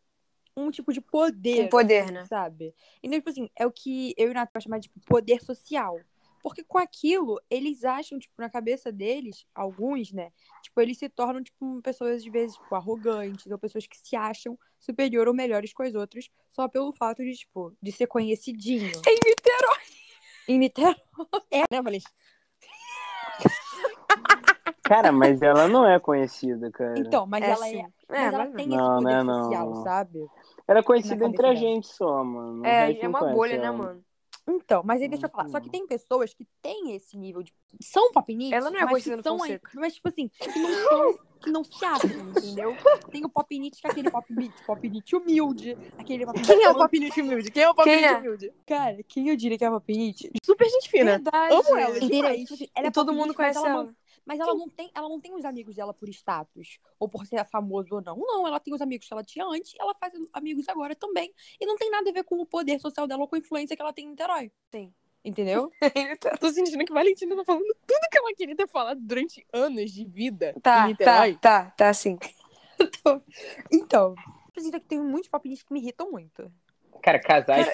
Speaker 1: um tipo de poder.
Speaker 3: Um poder, né?
Speaker 1: Sabe? Então, tipo assim, é o que eu e o Natal chamar de tipo, poder social. Porque com aquilo, eles acham, tipo, na cabeça deles, alguns, né? Tipo, eles se tornam, tipo, pessoas, às vezes, tipo, arrogantes, ou pessoas que se acham superior ou melhores que os outros, só pelo fato de, tipo, de ser conhecidinho.
Speaker 3: Em Niterói.
Speaker 1: Em Niterói.
Speaker 2: É, né, Valência?
Speaker 4: Cara, mas ela não é conhecida, cara.
Speaker 1: Então, mas
Speaker 3: É
Speaker 1: ela
Speaker 3: assim.
Speaker 1: é.
Speaker 3: É,
Speaker 1: Mas ela
Speaker 3: mas-
Speaker 1: tem
Speaker 4: Não,
Speaker 1: esse
Speaker 4: né,
Speaker 1: poder
Speaker 4: não.
Speaker 1: social, sabe?
Speaker 4: Ela é conhecida
Speaker 1: Na
Speaker 4: entre a
Speaker 1: cabeça dela.
Speaker 4: gente só, mano. O
Speaker 3: É,
Speaker 4: resto
Speaker 3: é
Speaker 4: não
Speaker 3: uma
Speaker 4: conhece
Speaker 3: bolha, né,
Speaker 4: ela.
Speaker 3: mano?
Speaker 1: Então, mas aí deixa eu falar. Só que tem pessoas que têm esse nível de. São pop
Speaker 3: Uhum. Ela não é a
Speaker 1: mas que
Speaker 3: Gostando
Speaker 1: são aí,
Speaker 3: Fonseca.
Speaker 1: Mas, tipo assim, que
Speaker 3: [laughs]
Speaker 1: não são. Que não se acham, entendeu? Tem o pop que é aquele pop popinite humilde. Aquele pop
Speaker 2: Quem
Speaker 3: [laughs]
Speaker 2: é o
Speaker 1: popinite humilde? Quem é o pop
Speaker 3: Quem é?
Speaker 1: humilde? Cara, quem eu diria que é popinite?
Speaker 2: Super gente fina.
Speaker 3: Verdade.
Speaker 2: Amo ela,
Speaker 3: E
Speaker 1: Entendeu?
Speaker 2: demais.
Speaker 1: Tipo assim, ela é
Speaker 3: todo
Speaker 1: pop
Speaker 3: mundo
Speaker 1: elite,
Speaker 3: conhece
Speaker 1: mas ela
Speaker 3: ela. [laughs]
Speaker 1: não- Mas ela não, tem, ela não tem os amigos dela por status, ou por ser famoso ou não. Não, ela tem os amigos que ela tinha antes, ela faz amigos agora também. E não tem nada a ver com o poder social dela ou com a influência que ela tem em Niterói.
Speaker 3: Sim.
Speaker 1: Entendeu?
Speaker 3: tá
Speaker 2: Tô sentindo que Valentina tá falando tudo que ela queria ter falado durante anos de vida em
Speaker 3: Tá,
Speaker 2: Niterói.
Speaker 3: tá, tá, tá, sim.
Speaker 1: Então, eu sinto que tem muitos papinhos que me irritam muito.
Speaker 4: Cara, casais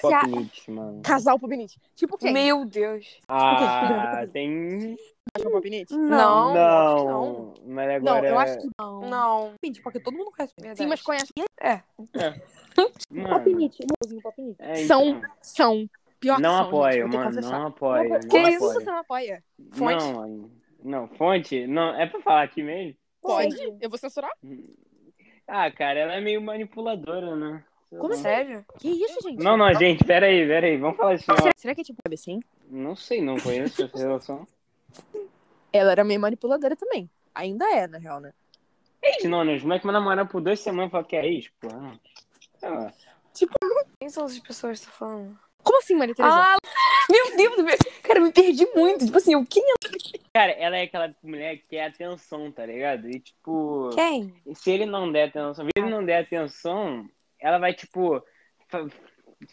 Speaker 1: Cara,
Speaker 4: pop
Speaker 1: se a-
Speaker 2: [laughs]
Speaker 4: niche, mano.
Speaker 2: Casal Popinite. Tipo quem?
Speaker 3: Meu Deus.
Speaker 4: Ah, tem.
Speaker 2: Casal Popinite?
Speaker 3: Não, acho que
Speaker 4: Não, mas
Speaker 2: Não,
Speaker 4: agora. é,
Speaker 2: eu acho que
Speaker 1: Não.
Speaker 3: não.
Speaker 1: Não.
Speaker 3: Não.
Speaker 1: Porque todo mundo conhece.
Speaker 3: Verdade.
Speaker 2: sim, mas conhece.
Speaker 4: Mano,
Speaker 1: Papinite, um papinite.
Speaker 4: é,
Speaker 2: São,
Speaker 4: então.
Speaker 2: são. Pior
Speaker 4: Não
Speaker 2: que são,
Speaker 4: apoio,
Speaker 2: gente, vou ter que
Speaker 4: mano.
Speaker 2: confessar.
Speaker 4: Não apoio. Não
Speaker 3: Que
Speaker 4: apoio.
Speaker 3: isso?
Speaker 2: Você não apoia?
Speaker 3: Fonte?
Speaker 4: Não, mano. Não, fonte? Não, é pra falar aqui mesmo?
Speaker 2: Pode. Eu vou censurar?
Speaker 4: Ah, cara, ela é meio manipuladora, né? Sei
Speaker 2: assim?
Speaker 4: lá.
Speaker 3: Sério?
Speaker 2: Que isso, gente?
Speaker 4: Não, não, gente, peraí, peraí. Vamos falar isso.
Speaker 2: Será, será que é tipo assim?
Speaker 4: Não sei, não conheço essa relação.
Speaker 2: Ela era meio manipuladora também. Ainda é, na real, né?
Speaker 4: Gente, não, né? Os moleques me namoraram por duas semanas e falaram que é ex, porra. não. Sei lá.
Speaker 3: Quem são essas pessoas que você tá falando?
Speaker 2: Como assim, Maria Teresa?
Speaker 3: Ah, meu Deus, meu... cara, eu me perdi muito. Tipo assim, eu
Speaker 2: Hum.
Speaker 3: quem é
Speaker 4: Cara, ela é aquela mulher que quer atenção, tá ligado? E tipo.
Speaker 1: Quem?
Speaker 4: se ele não der atenção, se ele não der atenção, ela vai, tipo, fa-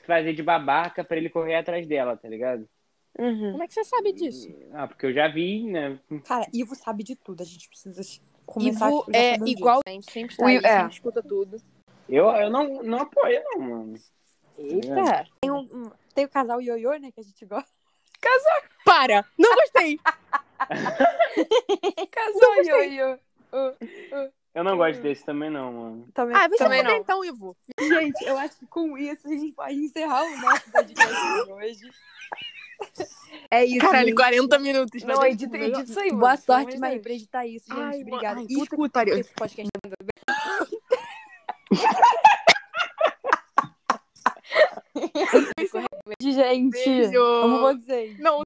Speaker 4: fazer de babaca pra ele correr atrás dela, tá ligado?
Speaker 3: Uhum.
Speaker 2: Como é que você sabe disso?
Speaker 4: Ah, porque eu já vi, né?
Speaker 1: Cara, Ivo sabe de tudo. A gente precisa assim, começar
Speaker 2: Ivo
Speaker 1: tipo, a
Speaker 2: é igual a gente, sempre tá
Speaker 3: O
Speaker 2: aí,
Speaker 3: Ivo- é.
Speaker 2: sempre escuta tudo.
Speaker 4: Eu, eu não, não apoio, não, mano. Eita!
Speaker 2: É.
Speaker 1: Tem, um- tem o casal Ioiô, né? Que a gente [laughs] gosta.
Speaker 2: Para! Não gostei!
Speaker 3: Casou, Ioiô.
Speaker 4: Eu não gosto desse também, não, mano.
Speaker 1: Também.
Speaker 2: Ah, você
Speaker 3: Também
Speaker 2: manda
Speaker 3: não.
Speaker 2: então, Ivo.
Speaker 1: [laughs] Gente, eu acho que com isso a gente pode encerrar o nosso podcast de hoje. É isso.
Speaker 2: Caralho,
Speaker 1: gente.
Speaker 2: 40 minutos. mas
Speaker 3: Não,
Speaker 2: é
Speaker 3: edita,
Speaker 1: né?
Speaker 2: tudo.
Speaker 3: edita isso aí, mano.
Speaker 1: Boa
Speaker 3: Pelo amor
Speaker 1: sorte,
Speaker 3: de
Speaker 1: Marie,
Speaker 3: Deus.
Speaker 1: pra editar isso, gente.
Speaker 2: Ai,
Speaker 1: Obrigada.
Speaker 2: ai,
Speaker 1: E
Speaker 2: puta que
Speaker 1: escuta
Speaker 2: pariu.
Speaker 1: esse podcast. tá [laughs] Gente,
Speaker 2: Beijo.
Speaker 1: amo vocês.
Speaker 2: Não,